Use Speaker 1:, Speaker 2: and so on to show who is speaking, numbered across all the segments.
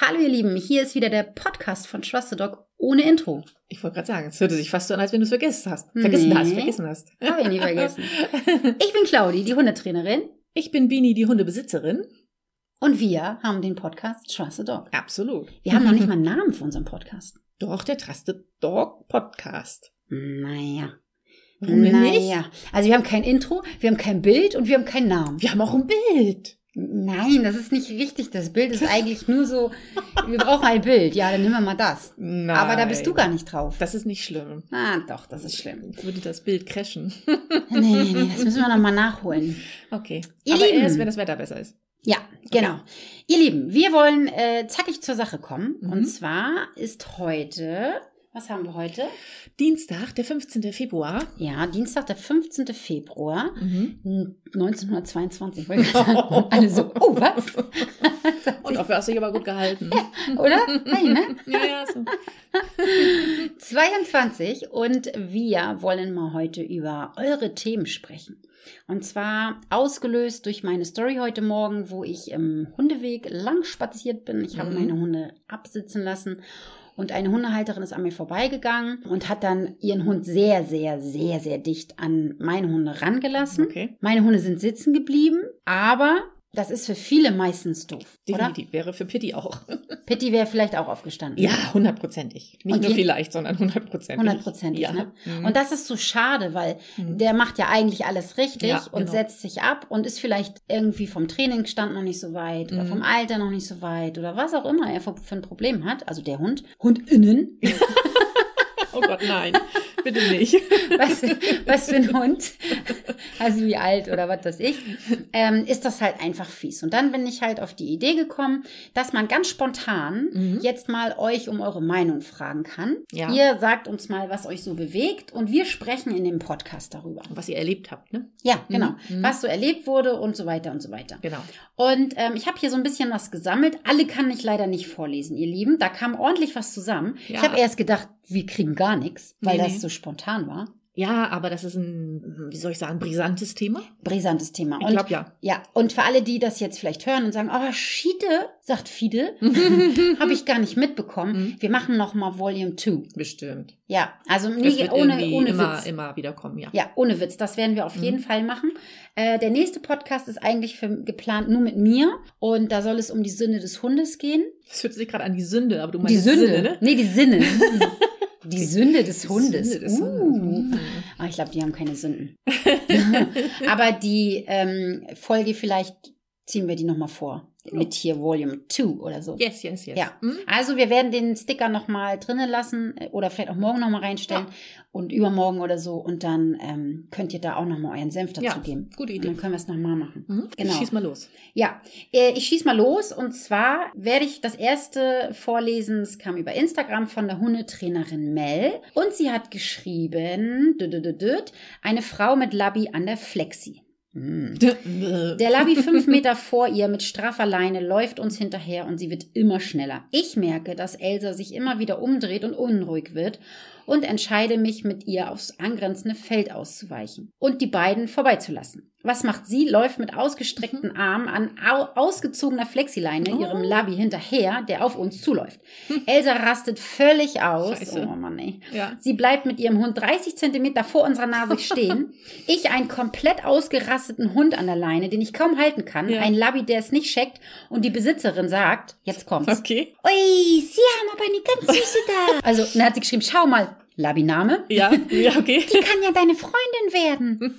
Speaker 1: Hallo ihr Lieben, hier ist wieder der Podcast von Schwasterdog ohne Intro.
Speaker 2: Ich wollte gerade sagen, es hörte sich fast so an, als wenn du es vergessen hast. Vergessen
Speaker 1: Nee.
Speaker 2: hast, vergessen hast.
Speaker 1: Habe ich nie vergessen. Ich bin Claudi, die Hundetrainerin
Speaker 2: Ich bin Bini, die Hundebesitzerin.
Speaker 1: und wir haben den Podcast Schwasterdog.
Speaker 2: Absolut.
Speaker 1: Wir haben noch nicht mal einen Namen für unseren Podcast.
Speaker 2: Doch, der Trusted Dog Podcast.
Speaker 1: Naja.
Speaker 2: Warum denn nicht?
Speaker 1: naja. Also wir haben kein Intro, wir haben kein Bild und wir haben keinen Namen.
Speaker 2: Wir haben auch ein Bild.
Speaker 1: Nein, das ist nicht richtig. Das Bild ist eigentlich nur so, wir brauchen ein Bild. Ja, dann nehmen wir mal das.
Speaker 2: Nein.
Speaker 1: Aber da bist du gar nicht drauf.
Speaker 2: Das ist nicht schlimm.
Speaker 1: ah, doch, das ist schlimm.
Speaker 2: Würde das Bild crashen.
Speaker 1: Nee, nee, nee, das müssen wir nochmal nachholen.
Speaker 2: Okay.
Speaker 1: Ihr
Speaker 2: Aber
Speaker 1: Lieben.
Speaker 2: erst, wenn das Wetter besser ist.
Speaker 1: Ja, genau. Ihr Lieben, wir wollen äh, zackig zur Sache kommen.
Speaker 2: Mhm.
Speaker 1: Und zwar ist heute, was haben wir heute?
Speaker 2: Dienstag, der 15. Februar.
Speaker 1: Ja, Dienstag, der 15. Februar.
Speaker 2: Mhm.
Speaker 1: 1922, wollte ich gerade sagen. Alle so, oh, was?
Speaker 2: Und dafür hast du dich aber gut gehalten.
Speaker 1: Ne? Oder? Nein, ne?
Speaker 2: ja, ja, so.
Speaker 1: 22 und wir wollen mal heute über eure Themen sprechen. Und zwar ausgelöst durch meine Story heute Morgen, wo ich im Hundeweg lang spaziert bin. Ich habe
Speaker 2: Mhm.
Speaker 1: meine Hunde absitzen lassen und eine Hundehalterin ist an mir vorbeigegangen und hat dann ihren Hund sehr, sehr, sehr, sehr dicht an meine Hunde rangelassen.
Speaker 2: Okay.
Speaker 1: Meine Hunde sind sitzen geblieben, aber das ist für viele meistens doof, oder?
Speaker 2: Definitiv. Wäre für Pitti auch.
Speaker 1: Pitti wäre vielleicht auch aufgestanden.
Speaker 2: Ja, hundertprozentig. Nicht
Speaker 1: Und
Speaker 2: nur
Speaker 1: je-
Speaker 2: vielleicht, sondern hundertprozentig.
Speaker 1: Hundertprozentig,
Speaker 2: Ja.
Speaker 1: ne?
Speaker 2: Mhm.
Speaker 1: Und das ist so schade, weil
Speaker 2: Mhm.
Speaker 1: der macht ja eigentlich alles richtig
Speaker 2: Ja,
Speaker 1: und
Speaker 2: genau.
Speaker 1: setzt sich ab und ist vielleicht irgendwie vom Trainingsstand noch nicht so weit oder
Speaker 2: Mhm.
Speaker 1: vom Alter noch nicht so weit oder was auch immer er für, für ein Problem hat. Also der Hund. Hund innen.
Speaker 2: Oh Gott, nein. Bitte nicht.
Speaker 1: Was, was für ein Hund. Also wie alt oder was weiß ich. Ähm, ist das halt einfach fies. Und dann bin ich halt auf die Idee gekommen, dass man ganz spontan
Speaker 2: Mhm.
Speaker 1: jetzt mal euch um eure Meinung fragen kann.
Speaker 2: Ja.
Speaker 1: Ihr sagt uns mal, was euch so bewegt und wir sprechen in dem Podcast darüber.
Speaker 2: Was ihr erlebt habt, ne?
Speaker 1: Ja, genau.
Speaker 2: Mhm.
Speaker 1: Was so erlebt wurde und so weiter und so weiter.
Speaker 2: Genau.
Speaker 1: Und ähm, ich habe hier so ein bisschen was gesammelt. Alle kann ich leider nicht vorlesen, ihr Lieben. Da kam ordentlich was zusammen.
Speaker 2: Ja.
Speaker 1: Ich habe erst gedacht, wir kriegen gar nichts, weil
Speaker 2: Nee,
Speaker 1: das
Speaker 2: nee.
Speaker 1: so spontan war.
Speaker 2: Ja, aber das ist ein, wie soll ich sagen, brisantes Thema.
Speaker 1: Brisantes Thema.
Speaker 2: Ich
Speaker 1: Und-
Speaker 2: glaube ja.
Speaker 1: Ja, und für alle, die das jetzt vielleicht hören und sagen, oh, Schiede, sagt Fide, habe ich gar nicht
Speaker 2: Mhm.
Speaker 1: mitbekommen. Wir machen nochmal Volume 2.
Speaker 2: Bestimmt.
Speaker 1: Ja, also
Speaker 2: Das
Speaker 1: nee,
Speaker 2: wird
Speaker 1: ohne,
Speaker 2: irgendwie
Speaker 1: ohne
Speaker 2: immer,
Speaker 1: Witz.
Speaker 2: immer wieder kommen, ja.
Speaker 1: Ja, ohne Witz, das werden wir auf
Speaker 2: Mhm.
Speaker 1: jeden Fall machen. Äh, der nächste Podcast ist eigentlich für, geplant nur mit mir und da soll es um die Sünde des Hundes gehen.
Speaker 2: Das hört sich gerade an die Sünde, aber du meinst
Speaker 1: die Sünde,
Speaker 2: Sinne, ne?
Speaker 1: nee, die Sinne. die Sünde des Hundes.
Speaker 2: Sünde des
Speaker 1: uh.
Speaker 2: Hundes. Mhm.
Speaker 1: Ah, ich glaube, die haben keine Sünden. Aber die ähm, Folge vielleicht ziehen wir die nochmal vor. Mit hier Volume 2 oder so.
Speaker 2: Yes, yes, yes.
Speaker 1: Ja.
Speaker 2: Hm?
Speaker 1: Also wir werden den Sticker nochmal drinnen lassen äh, oder vielleicht auch morgen nochmal reinstellen und übermorgen oder so. Und dann ähm, könnt ihr da auch nochmal euren Senf dazu
Speaker 2: Ja,
Speaker 1: geben.
Speaker 2: gute
Speaker 1: Und dann
Speaker 2: Idee.
Speaker 1: können wir es nochmal machen.
Speaker 2: Mhm.
Speaker 1: Genau.
Speaker 2: Schieß mal los.
Speaker 1: Ja, äh, ich schieß mal los und zwar werde ich das erste vorlesen. Es kam über Instagram von der Hundetrainerin Mel und sie hat geschrieben, dü- dü- dü- dü, eine Frau mit Labi an der Flexi. Hm. Der Labi fünf Meter vor ihr mit straffer Leine läuft uns hinterher und sie wird immer schneller. Ich merke, dass Elsa sich immer wieder umdreht und unruhig wird und entscheide mich, mit ihr aufs angrenzende Feld auszuweichen und die beiden vorbeizulassen. Was macht sie? Läuft mit ausgestreckten Armen an au ausgezogener Flexileine ihrem Labi hinterher, der auf uns zuläuft. Elsa rastet völlig aus.
Speaker 2: Scheiße.
Speaker 1: Oh Mann, ey.
Speaker 2: ja.
Speaker 1: Sie bleibt mit ihrem Hund 30 Zentimeter vor unserer Nase stehen. Ich einen komplett ausgerasteten Hund an der Leine, den ich kaum halten kann.
Speaker 2: Ja.
Speaker 1: Ein Labby, der es nicht checkt. Und die Besitzerin sagt, jetzt kommt's.
Speaker 2: Okay.
Speaker 1: Ui, Sie haben aber eine ganz süße da. Also, dann hat sie geschrieben, schau mal, Labby-Name.
Speaker 2: Ja, ja, okay.
Speaker 1: Die kann ja deine Freundin werden.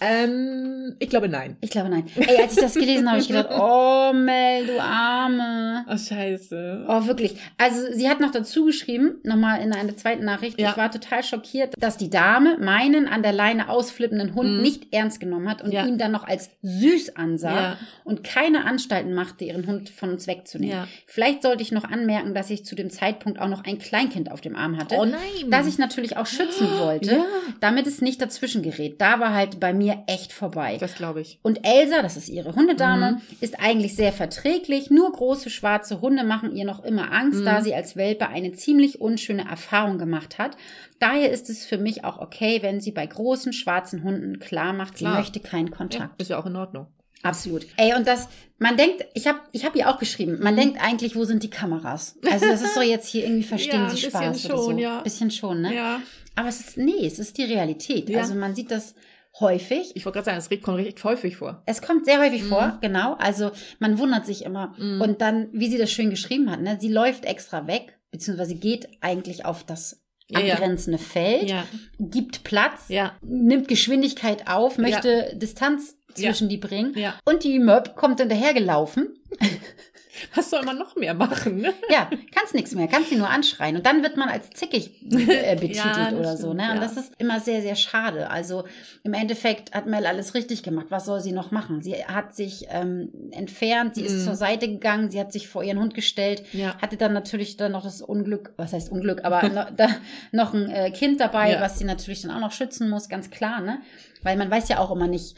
Speaker 2: ähm, ich glaube nein.
Speaker 1: Ich glaube, nein. Ey, als ich das gelesen habe, habe ich gedacht, oh Mel, du Arme.
Speaker 2: Oh, scheiße.
Speaker 1: Oh, wirklich. Also, sie hat noch dazu geschrieben, nochmal in einer zweiten Nachricht,
Speaker 2: Ja.
Speaker 1: ich war total schockiert, dass die Dame meinen an der Leine ausflippenden Hund
Speaker 2: Mhm.
Speaker 1: nicht ernst genommen hat und
Speaker 2: Ja.
Speaker 1: ihn dann noch als süß ansah
Speaker 2: Ja.
Speaker 1: und keine Anstalten machte, ihren Hund von uns wegzunehmen.
Speaker 2: Ja.
Speaker 1: Vielleicht sollte ich noch anmerken, dass ich zu dem Zeitpunkt auch noch ein Kleinkind auf dem Arm hatte,
Speaker 2: Oh nein.
Speaker 1: das ich natürlich auch schützen wollte,
Speaker 2: Ja.
Speaker 1: damit es nicht dazwischen gerät. Da war halt bei mir echt vorbei.
Speaker 2: Das glaube ich.
Speaker 1: Und Elsa, das ist ihre Hundedame,
Speaker 2: Mhm.
Speaker 1: ist eigentlich sehr verträglich. Nur große schwarze Hunde machen ihr noch immer Angst, da
Speaker 2: Mhm.
Speaker 1: sie als Welpe eine ziemlich unschöne Erfahrung gemacht hat. Daher ist es für mich auch okay, wenn sie bei großen schwarzen Hunden klar macht, sie
Speaker 2: Klar.
Speaker 1: möchte keinen
Speaker 2: Ja,
Speaker 1: Kontakt.
Speaker 2: ist ja auch in Ordnung.
Speaker 1: Absolut. Ey, und das, man denkt, ich habe ich hab ihr auch geschrieben,
Speaker 2: Mhm.
Speaker 1: man denkt eigentlich, wo sind die Kameras? Also das ist so jetzt hier irgendwie verstehen
Speaker 2: Ja,
Speaker 1: sie
Speaker 2: ein bisschen
Speaker 1: Spaß oder so.
Speaker 2: schon, ja.
Speaker 1: Bisschen schon, ne?
Speaker 2: Ja.
Speaker 1: Aber es ist, nee, es ist die Realität.
Speaker 2: Ja.
Speaker 1: Also man sieht das häufig.
Speaker 2: Ich wollte gerade sagen, das kommt recht häufig vor.
Speaker 1: Es kommt sehr häufig
Speaker 2: Mhm.
Speaker 1: vor, genau. Also man wundert sich immer.
Speaker 2: Mhm.
Speaker 1: Und dann, wie sie das schön geschrieben hat, ne? sie läuft extra weg, beziehungsweise geht eigentlich auf das
Speaker 2: Ja, ja.
Speaker 1: angrenzende Feld,
Speaker 2: Ja,
Speaker 1: gibt Platz,
Speaker 2: ja,
Speaker 1: nimmt Geschwindigkeit auf, möchte Distanz
Speaker 2: Ja.
Speaker 1: zwischen die bringen.
Speaker 2: ja.
Speaker 1: Und die Möb kommt hinterhergelaufen.
Speaker 2: Was soll man noch mehr machen? Ne?
Speaker 1: Ja, kannst nichts mehr, kannst sie nur anschreien. Und dann wird man als zickig äh, betitelt
Speaker 2: Ja, das
Speaker 1: oder so.
Speaker 2: stimmt,
Speaker 1: Ne? Und
Speaker 2: ja.
Speaker 1: das ist immer sehr, sehr schade. Also im Endeffekt hat Mel alles richtig gemacht. Was soll sie noch machen? Sie hat sich ähm, entfernt, sie ist
Speaker 2: Mhm.
Speaker 1: zur Seite gegangen, sie hat sich vor ihren Hund gestellt.
Speaker 2: Ja.
Speaker 1: Hatte dann natürlich dann noch das Unglück, was heißt Unglück, aber no, da, noch ein äh, Kind dabei,
Speaker 2: Ja.
Speaker 1: was sie natürlich dann auch noch schützen muss, ganz klar, ne? Weil man weiß ja auch immer nicht,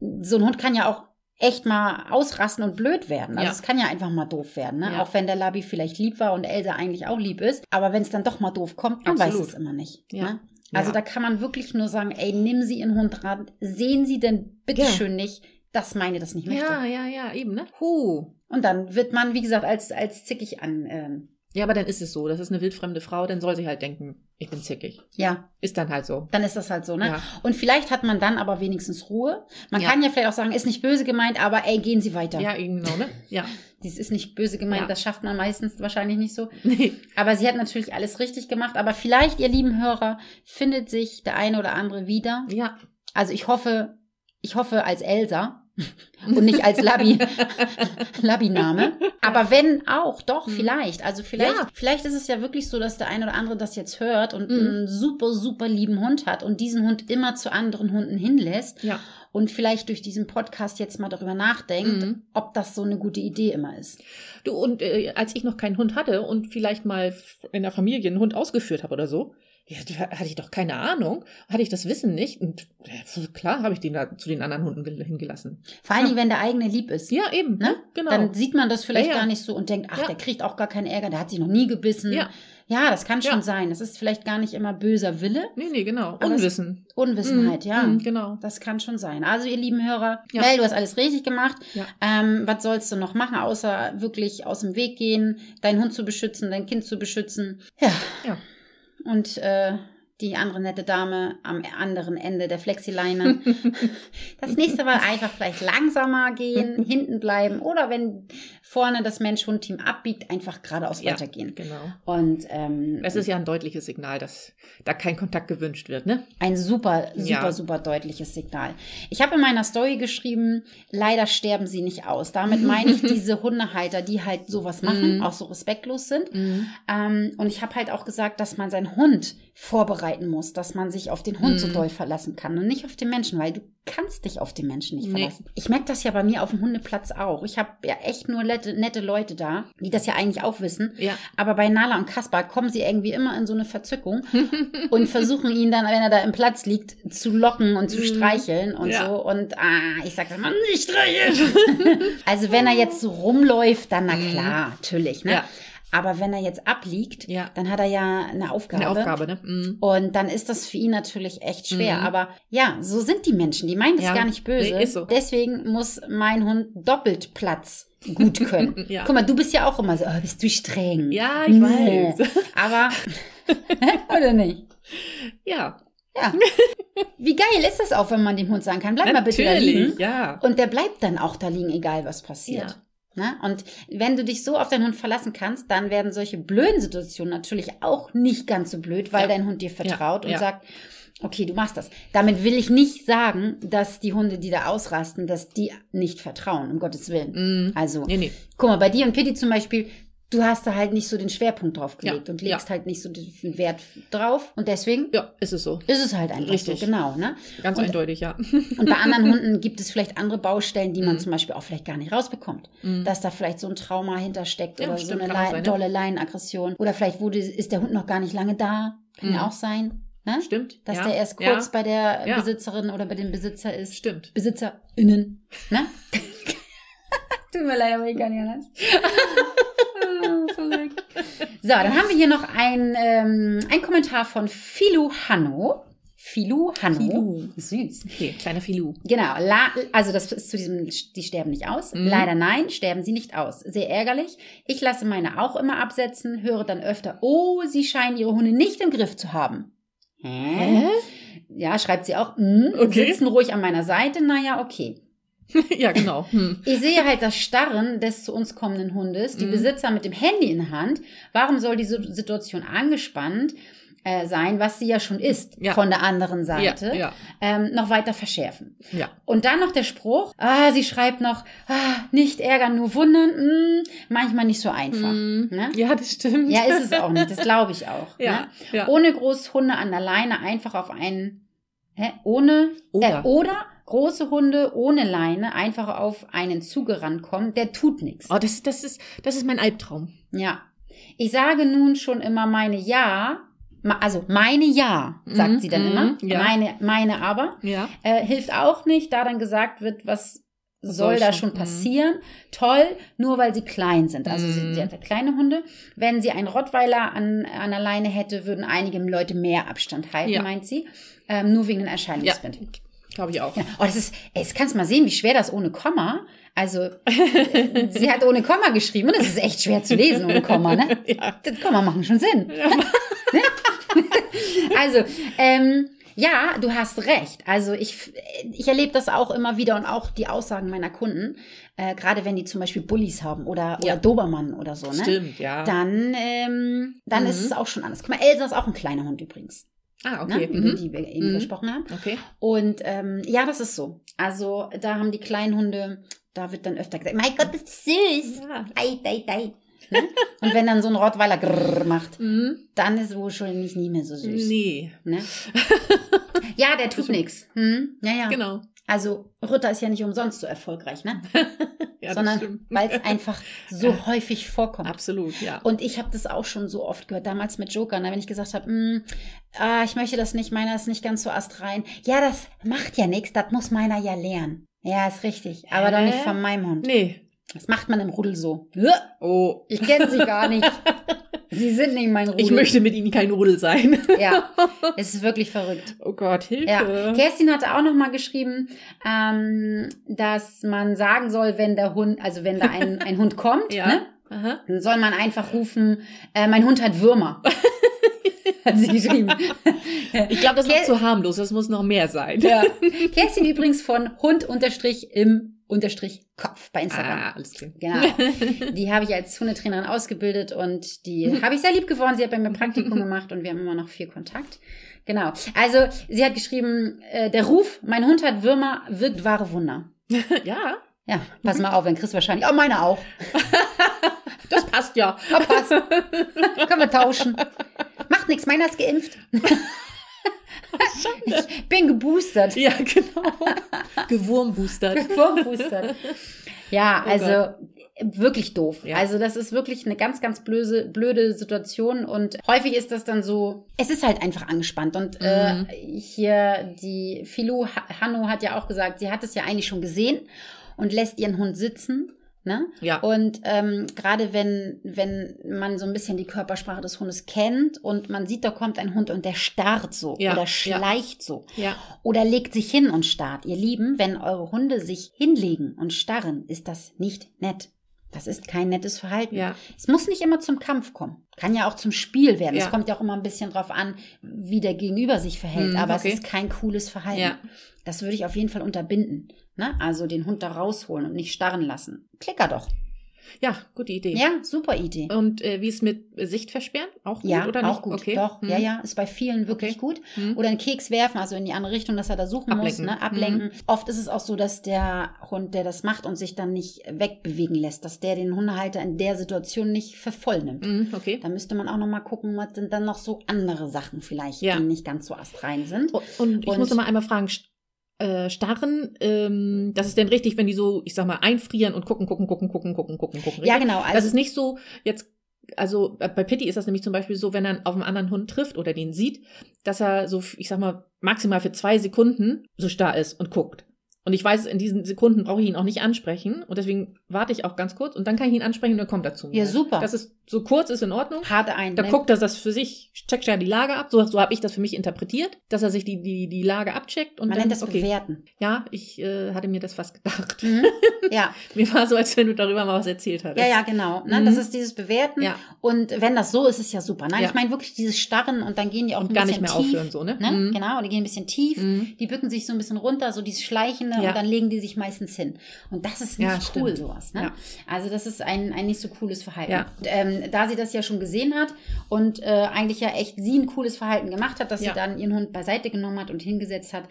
Speaker 1: so ein Hund kann ja auch echt mal ausrasten und blöd werden. Also
Speaker 2: Ja.
Speaker 1: es kann ja einfach mal doof werden, ne?
Speaker 2: Ja.
Speaker 1: Auch wenn der Labi vielleicht lieb war und Elsa eigentlich auch lieb ist. Aber wenn es dann doch mal doof kommt, man
Speaker 2: Absolut.
Speaker 1: weiß es immer nicht.
Speaker 2: Ja.
Speaker 1: Ne? Also
Speaker 2: Ja.
Speaker 1: da kann man wirklich nur sagen, ey, nimm sie ihren Hund ran, sehen sie denn
Speaker 2: Ja.
Speaker 1: bitteschön nicht, dass meine das nicht möchte.
Speaker 2: Ja, ja, ja, eben, ne? Huh.
Speaker 1: Und dann wird man, wie gesagt, als, als zickig an, ähm,
Speaker 2: Ja, aber dann ist es so. Das ist eine wildfremde Frau, dann soll sie halt denken, ich bin zickig.
Speaker 1: ja,
Speaker 2: Ist dann halt so.
Speaker 1: Dann ist das halt so, ne?
Speaker 2: Ja.
Speaker 1: Und vielleicht hat man dann aber wenigstens Ruhe. Man
Speaker 2: Ja.
Speaker 1: kann ja vielleicht auch sagen, ist nicht böse gemeint, aber ey, gehen Sie weiter.
Speaker 2: Ja, eben genau, ne? Ja.
Speaker 1: Dies ist nicht böse gemeint,
Speaker 2: Ja.
Speaker 1: das schafft man meistens wahrscheinlich nicht so.
Speaker 2: Nee.
Speaker 1: Aber sie hat natürlich alles richtig gemacht. Aber vielleicht, ihr lieben Hörer, findet sich der eine oder andere wieder.
Speaker 2: Ja.
Speaker 1: Also ich hoffe, ich hoffe als Elsa und nicht als Labi, Labi-Name. Aber wenn auch, doch,
Speaker 2: Mhm.
Speaker 1: vielleicht. Also vielleicht,
Speaker 2: Ja.
Speaker 1: vielleicht ist es ja wirklich so, dass der eine oder andere das jetzt hört und
Speaker 2: Mhm.
Speaker 1: einen super, super lieben Hund hat und diesen Hund immer zu anderen Hunden hinlässt
Speaker 2: Ja.
Speaker 1: und vielleicht durch diesen Podcast jetzt mal darüber nachdenkt,
Speaker 2: Mhm.
Speaker 1: ob das so eine gute Idee immer ist.
Speaker 2: Du, und äh, als ich noch keinen Hund hatte und vielleicht mal f- in der Familie einen Hund ausgeführt habe oder so, ja, da hatte ich doch keine Ahnung, hatte ich das Wissen nicht. Und ja, pf, klar habe ich den da zu den anderen Hunden gel- hingelassen.
Speaker 1: Vor allen Dingen, wenn der eigene lieb ist.
Speaker 2: Ja, eben,
Speaker 1: Ne?
Speaker 2: ne? Genau.
Speaker 1: Dann sieht man das vielleicht
Speaker 2: Ja, ja.
Speaker 1: gar nicht so und denkt, ach,
Speaker 2: Ja.
Speaker 1: der kriegt auch gar keinen Ärger, der hat sich noch nie gebissen.
Speaker 2: Ja.
Speaker 1: Ja, das kann schon
Speaker 2: Ja.
Speaker 1: sein. Das ist vielleicht gar nicht immer böser Wille,
Speaker 2: nee, nee, genau.
Speaker 1: Aber es-
Speaker 2: Unwissen.
Speaker 1: Unwissenheit,
Speaker 2: Mhm,
Speaker 1: ja.
Speaker 2: mhm, genau.
Speaker 1: Das kann schon sein. Also, ihr lieben Hörer,
Speaker 2: Ja.
Speaker 1: Mel, du hast alles richtig gemacht.
Speaker 2: Ja.
Speaker 1: Ähm, was sollst du noch machen, außer wirklich aus dem Weg gehen, deinen Hund zu beschützen, dein Kind zu beschützen? Ja.
Speaker 2: Ja.
Speaker 1: Und äh, die andere nette Dame am anderen Ende der Flexileine. Das nächste Mal einfach vielleicht langsamer gehen, hinten bleiben oder wenn vorne das Mensch-Hund-Team abbiegt, einfach geradeaus
Speaker 2: Ja.
Speaker 1: weitergehen.
Speaker 2: Genau.
Speaker 1: Und ähm,
Speaker 2: Es ist ja ein deutliches Signal, dass da kein Kontakt gewünscht wird, ne?
Speaker 1: Ein super, super,
Speaker 2: Ja.
Speaker 1: super deutliches Signal. Ich habe in meiner Story geschrieben, leider sterben sie nicht aus. Damit meine ich diese Hundehalter, die halt sowas machen,
Speaker 2: Mhm.
Speaker 1: auch so respektlos sind. Ähm, und ich habe halt auch gesagt, dass man seinen Hund vorbereiten muss, dass man sich auf den Hund so
Speaker 2: Mhm.
Speaker 1: doll verlassen kann und nicht auf den Menschen, weil du kannst dich auf den Menschen nicht
Speaker 2: Nee.
Speaker 1: verlassen. Ich merke das ja bei mir auf dem Hundeplatz auch. Ich habe ja echt nur nette, nette Leute da, die das ja eigentlich auch wissen.
Speaker 2: Ja.
Speaker 1: Aber bei Nala und Kaspar kommen sie irgendwie immer in so eine Verzückung und versuchen ihn dann, wenn er da im Platz liegt, zu locken und zu
Speaker 2: Mhm.
Speaker 1: streicheln und
Speaker 2: Ja.
Speaker 1: so. Und ah, ich sag dann mal, nicht streicheln. also wenn er jetzt so rumläuft, dann na
Speaker 2: Mhm.
Speaker 1: klar, natürlich. Ne?
Speaker 2: Ja.
Speaker 1: Aber wenn er jetzt abliegt,
Speaker 2: Ja.
Speaker 1: dann hat er ja eine Aufgabe.
Speaker 2: Eine Aufgabe, ne? Mhm.
Speaker 1: Und dann ist das für ihn natürlich echt schwer.
Speaker 2: Mhm.
Speaker 1: Aber ja, so sind die Menschen. Die meinen das
Speaker 2: Ja.
Speaker 1: gar nicht böse.
Speaker 2: Nee, ist so.
Speaker 1: Deswegen muss mein Hund doppelt Platz gut können.
Speaker 2: Mhm, Ja.
Speaker 1: Guck mal, du bist ja auch immer so, oh, bist du streng.
Speaker 2: Ja, ich
Speaker 1: Nee.
Speaker 2: weiß.
Speaker 1: Aber, oder nicht?
Speaker 2: Ja.
Speaker 1: Ja. Wie geil ist das auch, wenn man dem Hund sagen kann, bleib mal bitte da
Speaker 2: Natürlich,
Speaker 1: liegen.
Speaker 2: ja.
Speaker 1: Und der bleibt dann auch da liegen, egal was passiert.
Speaker 2: Ja.
Speaker 1: Ne? Und wenn du dich so auf deinen Hund verlassen kannst, dann werden solche blöden Situationen natürlich auch nicht ganz so blöd, weil
Speaker 2: Ja.
Speaker 1: dein Hund dir vertraut
Speaker 2: Ja,
Speaker 1: und
Speaker 2: ja.
Speaker 1: sagt, okay, du machst das. Damit will ich nicht sagen, dass die Hunde, die da ausrasten, dass die nicht vertrauen, um Gottes Willen.
Speaker 2: Mhm.
Speaker 1: Also,
Speaker 2: Nee, nee.
Speaker 1: guck mal, bei dir und Kitty zum Beispiel, du hast da halt nicht so den Schwerpunkt drauf
Speaker 2: Ja,
Speaker 1: gelegt und legst halt nicht so den Wert drauf. Und deswegen
Speaker 2: Ja, ist es so.
Speaker 1: ist es halt einfach
Speaker 2: Richtig.
Speaker 1: so, genau. Ne?
Speaker 2: Ganz
Speaker 1: Und-
Speaker 2: eindeutig, ja.
Speaker 1: Und bei anderen Hunden gibt es vielleicht andere Baustellen, die man
Speaker 2: Mhm.
Speaker 1: zum Beispiel auch vielleicht gar nicht rausbekommt.
Speaker 2: Mhm.
Speaker 1: Dass da vielleicht so ein Trauma hintersteckt
Speaker 2: Ja,
Speaker 1: oder
Speaker 2: stimmt,
Speaker 1: so eine
Speaker 2: kann auch
Speaker 1: Lei-
Speaker 2: sein, ne?
Speaker 1: dolle Leinenaggression. Oder vielleicht wurde, ist der Hund noch gar nicht lange da. Kann ja
Speaker 2: Mhm.
Speaker 1: auch sein. Ne?
Speaker 2: Stimmt.
Speaker 1: Dass
Speaker 2: ja.
Speaker 1: der erst
Speaker 2: Ja.
Speaker 1: kurz bei der
Speaker 2: Ja.
Speaker 1: Besitzerin oder bei dem Besitzer ist.
Speaker 2: Stimmt.
Speaker 1: BesitzerInnen. Ne? Tut mir leid, aber ich kann nicht anders. Oh, verrückt. so, dann haben wir hier noch ein, ähm, ein Kommentar von Philo Hanno. Filou Hanno.
Speaker 2: Filou.
Speaker 1: Süß.
Speaker 2: Okay, kleiner Filou.
Speaker 1: Genau, la, also das ist zu diesem, die sterben nicht aus.
Speaker 2: Mhm.
Speaker 1: Leider nein, sterben sie nicht aus. Sehr ärgerlich. Ich lasse meine auch immer absetzen, höre dann öfter, oh, sie scheinen ihre Hunde nicht im Griff zu haben. Hä? Ja, schreibt sie auch, mm,
Speaker 2: Okay.
Speaker 1: sitzen ruhig an meiner Seite, naja, okay.
Speaker 2: ja, genau. Hm.
Speaker 1: Ich sehe halt das Starren des zu uns kommenden Hundes, die
Speaker 2: Mhm.
Speaker 1: Besitzer mit dem Handy in Hand. Warum soll diese Situation angespannt äh, sein, was sie ja schon ist,
Speaker 2: Ja.
Speaker 1: von der anderen
Speaker 2: Ja,
Speaker 1: Seite,
Speaker 2: ja,
Speaker 1: Ähm, noch weiter verschärfen?
Speaker 2: ja.
Speaker 1: Und dann noch der Spruch, ah, sie schreibt noch, ah, nicht ärgern, nur wundern, mm, manchmal nicht so einfach.
Speaker 2: Hm.
Speaker 1: Ne?
Speaker 2: Ja, das stimmt.
Speaker 1: Ja, ist es auch nicht, das glaube ich auch.
Speaker 2: Ja,
Speaker 1: Ne?
Speaker 2: ja.
Speaker 1: Ohne große Hunde an der Leine einfach auf einen, hä, ohne,
Speaker 2: Oder.
Speaker 1: Äh, oder große Hunde ohne Leine einfach auf einen zugerannt kommen, der tut nichts.
Speaker 2: Oh, das, das, ist, das ist mein Albtraum.
Speaker 1: Ja. Ich sage nun schon immer meine Ja, ma- also meine Ja, sagt
Speaker 2: Mhm,
Speaker 1: sie dann
Speaker 2: mhm,
Speaker 1: immer,
Speaker 2: ja.
Speaker 1: meine, meine aber.
Speaker 2: Ja.
Speaker 1: Äh, hilft auch nicht, da dann gesagt wird, was soll
Speaker 2: soll
Speaker 1: da
Speaker 2: schon,
Speaker 1: schon
Speaker 2: mhm.
Speaker 1: passieren. Toll, nur weil sie klein sind. Also sie,
Speaker 2: Mhm.
Speaker 1: sie hat ja kleine Hunde. Wenn sie einen Rottweiler an, an der Leine hätte, würden einige Leute mehr Abstand halten,
Speaker 2: Ja.
Speaker 1: meint sie. Ähm, nur wegen den Erscheinungsbild. Ja.
Speaker 2: Glaube ich auch.
Speaker 1: Oh, das ist, ey, jetzt kannst du mal sehen, wie schwer das ohne Komma. Also, äh, sie hat ohne Komma geschrieben und es ist echt schwer zu lesen ohne Komma, ne?
Speaker 2: Ja.
Speaker 1: Das Komma machen schon Sinn. Ne? also, ähm, ja, du hast recht. Also ich, ich erlebe das auch immer wieder und auch die Aussagen meiner Kunden, äh, gerade wenn die zum Beispiel Bullies haben oder, oder
Speaker 2: Ja.
Speaker 1: Dobermann oder so, ne?
Speaker 2: Stimmt, ja.
Speaker 1: Dann, ähm, dann
Speaker 2: Mhm.
Speaker 1: ist es auch schon anders. Guck mal, Elsa ist auch ein kleiner Hund übrigens,
Speaker 2: ah, okay.
Speaker 1: ne? über
Speaker 2: Mhm.
Speaker 1: die wir eben
Speaker 2: Mhm.
Speaker 1: gesprochen haben.
Speaker 2: Okay.
Speaker 1: Und ähm, ja, das ist so. Also da haben die kleinen Hunde, da wird dann öfter gesagt, mein Gott, ist das süß.
Speaker 2: Ja.
Speaker 1: Ei, ei, ei. Ne? Und wenn dann so ein Rottweiler grrr macht,
Speaker 2: Mhm.
Speaker 1: dann ist wohl schon nicht, nicht mehr so süß.
Speaker 2: Nee,
Speaker 1: Ne? Ja, der tut nichts. Hm? Ja, ja.
Speaker 2: genau.
Speaker 1: Also Ritter ist ja nicht umsonst so erfolgreich, ne?
Speaker 2: Ja, das
Speaker 1: sondern
Speaker 2: stimmt.
Speaker 1: weil es einfach so häufig vorkommt.
Speaker 2: Absolut, ja.
Speaker 1: Und ich habe das auch schon so oft gehört, damals mit Joker, ne, wenn ich gesagt habe, "Mm, ah, ich möchte das nicht, meiner ist nicht ganz so astrein. Ja, das macht ja nichts, das muss meiner ja lernen. Ja, ist richtig, aber doch
Speaker 2: Hä?
Speaker 1: nicht von meinem Hund.
Speaker 2: Nee.
Speaker 1: Das macht man im Rudel so. Ja,
Speaker 2: Oh.
Speaker 1: Ich kenne sie gar nicht. Sie sind nicht mein Rudel.
Speaker 2: Ich möchte mit ihnen kein Rudel sein.
Speaker 1: Ja, es ist wirklich verrückt.
Speaker 2: Oh Gott, Hilfe.
Speaker 1: Ja, Kerstin hatte auch noch mal geschrieben, ähm, dass man sagen soll, wenn der Hund, also wenn da ein, ein Hund kommt,
Speaker 2: Ja.
Speaker 1: ne,
Speaker 2: Aha.
Speaker 1: dann soll man einfach rufen, äh, mein Hund hat Würmer. hat sie geschrieben.
Speaker 2: Ich glaube, das ist
Speaker 1: Ker-
Speaker 2: noch zu harmlos. Das muss noch mehr sein.
Speaker 1: ja. Kerstin übrigens von Hund unterstrich im unterstrich Kopf bei Instagram.
Speaker 2: Ah, alles klar.
Speaker 1: Genau. Die habe ich als Hundetrainerin ausgebildet und die habe ich sehr lieb geworden. Sie hat bei mir Praktikum gemacht und wir haben immer noch viel Kontakt. Genau. Also, sie hat geschrieben, äh, der Ruf, mein Hund hat Würmer, wirkt wahre Wunder.
Speaker 2: Ja,
Speaker 1: Ja, pass mal auf, wenn Chris wahrscheinlich. Oh, meine auch.
Speaker 2: das passt ja.
Speaker 1: Oh, passt. Können wir tauschen. Macht nichts, meiner ist geimpft. ich bin geboostert.
Speaker 2: Ja, genau. Gewurmboostert.
Speaker 1: Wurmboostert. Ja,
Speaker 2: Oh
Speaker 1: also wirklich doof.
Speaker 2: Ja.
Speaker 1: Also das ist wirklich eine ganz, ganz blöse, blöde Situation und häufig ist das dann so, es ist halt einfach angespannt und äh,
Speaker 2: Mhm.
Speaker 1: hier die Filou Ha- Hanno hat ja auch gesagt, sie hat es ja eigentlich schon gesehen und lässt ihren Hund sitzen. Ne?
Speaker 2: Ja.
Speaker 1: Und ähm, gerade wenn, wenn man so ein bisschen die Körpersprache des Hundes kennt und man sieht, da kommt ein Hund und der starrt so
Speaker 2: Ja,
Speaker 1: oder
Speaker 2: ja.
Speaker 1: schleicht so.
Speaker 2: Ja.
Speaker 1: Oder legt sich hin und starrt. Ihr Lieben, wenn eure Hunde sich hinlegen und starren, ist das nicht nett. Das ist kein nettes Verhalten.
Speaker 2: Ja.
Speaker 1: Es muss nicht immer zum Kampf kommen. Kann ja auch zum Spiel werden. Es
Speaker 2: Ja.
Speaker 1: kommt ja auch immer ein bisschen drauf an, wie der Gegenüber sich verhält.
Speaker 2: Hm,
Speaker 1: Aber
Speaker 2: okay.
Speaker 1: es ist kein cooles Verhalten.
Speaker 2: Ja.
Speaker 1: Das würde ich auf jeden Fall unterbinden. Ne? Also den Hund da rausholen und nicht starren lassen. Klicker doch.
Speaker 2: Ja, gute Idee.
Speaker 1: Ja, super Idee.
Speaker 2: Und äh, wie ist mit äh, Sichtversperren? Auch gut
Speaker 1: Ja,
Speaker 2: oder nicht?
Speaker 1: auch gut.
Speaker 2: Okay.
Speaker 1: Doch,
Speaker 2: Hm.
Speaker 1: ja, ja, ist bei vielen wirklich
Speaker 2: Okay.
Speaker 1: gut.
Speaker 2: Hm.
Speaker 1: Oder einen Keks werfen, also in die andere Richtung, dass er da suchen
Speaker 2: Ablenken. Hm.
Speaker 1: muss, ne? ablenken. Oft ist es auch so, dass der Hund, der das macht und sich dann nicht wegbewegen lässt, dass der den Hundehalter in der Situation nicht für voll nimmt.
Speaker 2: Hm, okay.
Speaker 1: Da müsste man auch noch mal gucken, was sind dann noch so andere Sachen vielleicht,
Speaker 2: Ja. Oh,
Speaker 1: die nicht ganz so astrein sind.
Speaker 2: Und ich
Speaker 1: Und-
Speaker 2: muss noch mal einmal fragen, st- äh, starren, ähm, das ist denn richtig, wenn die so, ich sag mal, einfrieren und gucken, gucken, gucken, gucken, gucken, gucken, gucken.
Speaker 1: ja,
Speaker 2: richtig?
Speaker 1: genau.
Speaker 2: das
Speaker 1: Also,
Speaker 2: ist nicht so, jetzt, also äh, bei Pitti ist das nämlich zum Beispiel so, wenn er auf einen anderen Hund trifft oder den sieht, dass er so, ich sag mal, maximal für zwei Sekunden so starr ist und guckt. Und ich weiß, in diesen Sekunden brauche ich ihn auch nicht ansprechen. Und deswegen warte ich auch ganz kurz und dann kann ich ihn ansprechen und dann kommt er zu mir.
Speaker 1: Ja, super.
Speaker 2: Das ist so kurz, ist in Ordnung.
Speaker 1: Hart ein.
Speaker 2: Da
Speaker 1: ne?
Speaker 2: guckt er das für sich, checkt ja die Lage ab. So, so habe ich das für mich interpretiert, dass er sich die, die, die Lage abcheckt. Und
Speaker 1: Man
Speaker 2: dann,
Speaker 1: nennt das
Speaker 2: okay,
Speaker 1: Bewerten.
Speaker 2: ja, ich äh, hatte mir das fast gedacht.
Speaker 1: Mhm. Ja,
Speaker 2: Mir war so, als wenn du darüber mal was erzählt hattest.
Speaker 1: ja, ja, genau. Ne?
Speaker 2: Mhm.
Speaker 1: Das ist dieses Bewerten.
Speaker 2: Ja.
Speaker 1: Und wenn das so ist, ist ja super. Nein,
Speaker 2: Ja.
Speaker 1: ich meine wirklich dieses Starren und dann gehen die auch
Speaker 2: Und
Speaker 1: ein
Speaker 2: gar nicht
Speaker 1: bisschen
Speaker 2: mehr
Speaker 1: tief.
Speaker 2: aufhören, so, ne?
Speaker 1: Ne?
Speaker 2: Mhm.
Speaker 1: Genau, die gehen ein bisschen tief.
Speaker 2: Mhm.
Speaker 1: Die bücken sich so ein bisschen runter, so dieses Schleichende
Speaker 2: Ja.
Speaker 1: und dann legen die sich meistens hin. Und das ist nicht
Speaker 2: Ja,
Speaker 1: cool,
Speaker 2: stimmt.
Speaker 1: sowas. Ne?
Speaker 2: Ja.
Speaker 1: Also das ist ein, ein nicht so cooles Verhalten.
Speaker 2: Ja.
Speaker 1: Und, ähm, da sie das ja schon gesehen hat und äh, eigentlich ja echt sie ein cooles Verhalten gemacht hat, dass
Speaker 2: Ja.
Speaker 1: sie dann ihren Hund beiseite genommen hat und hingesetzt hat,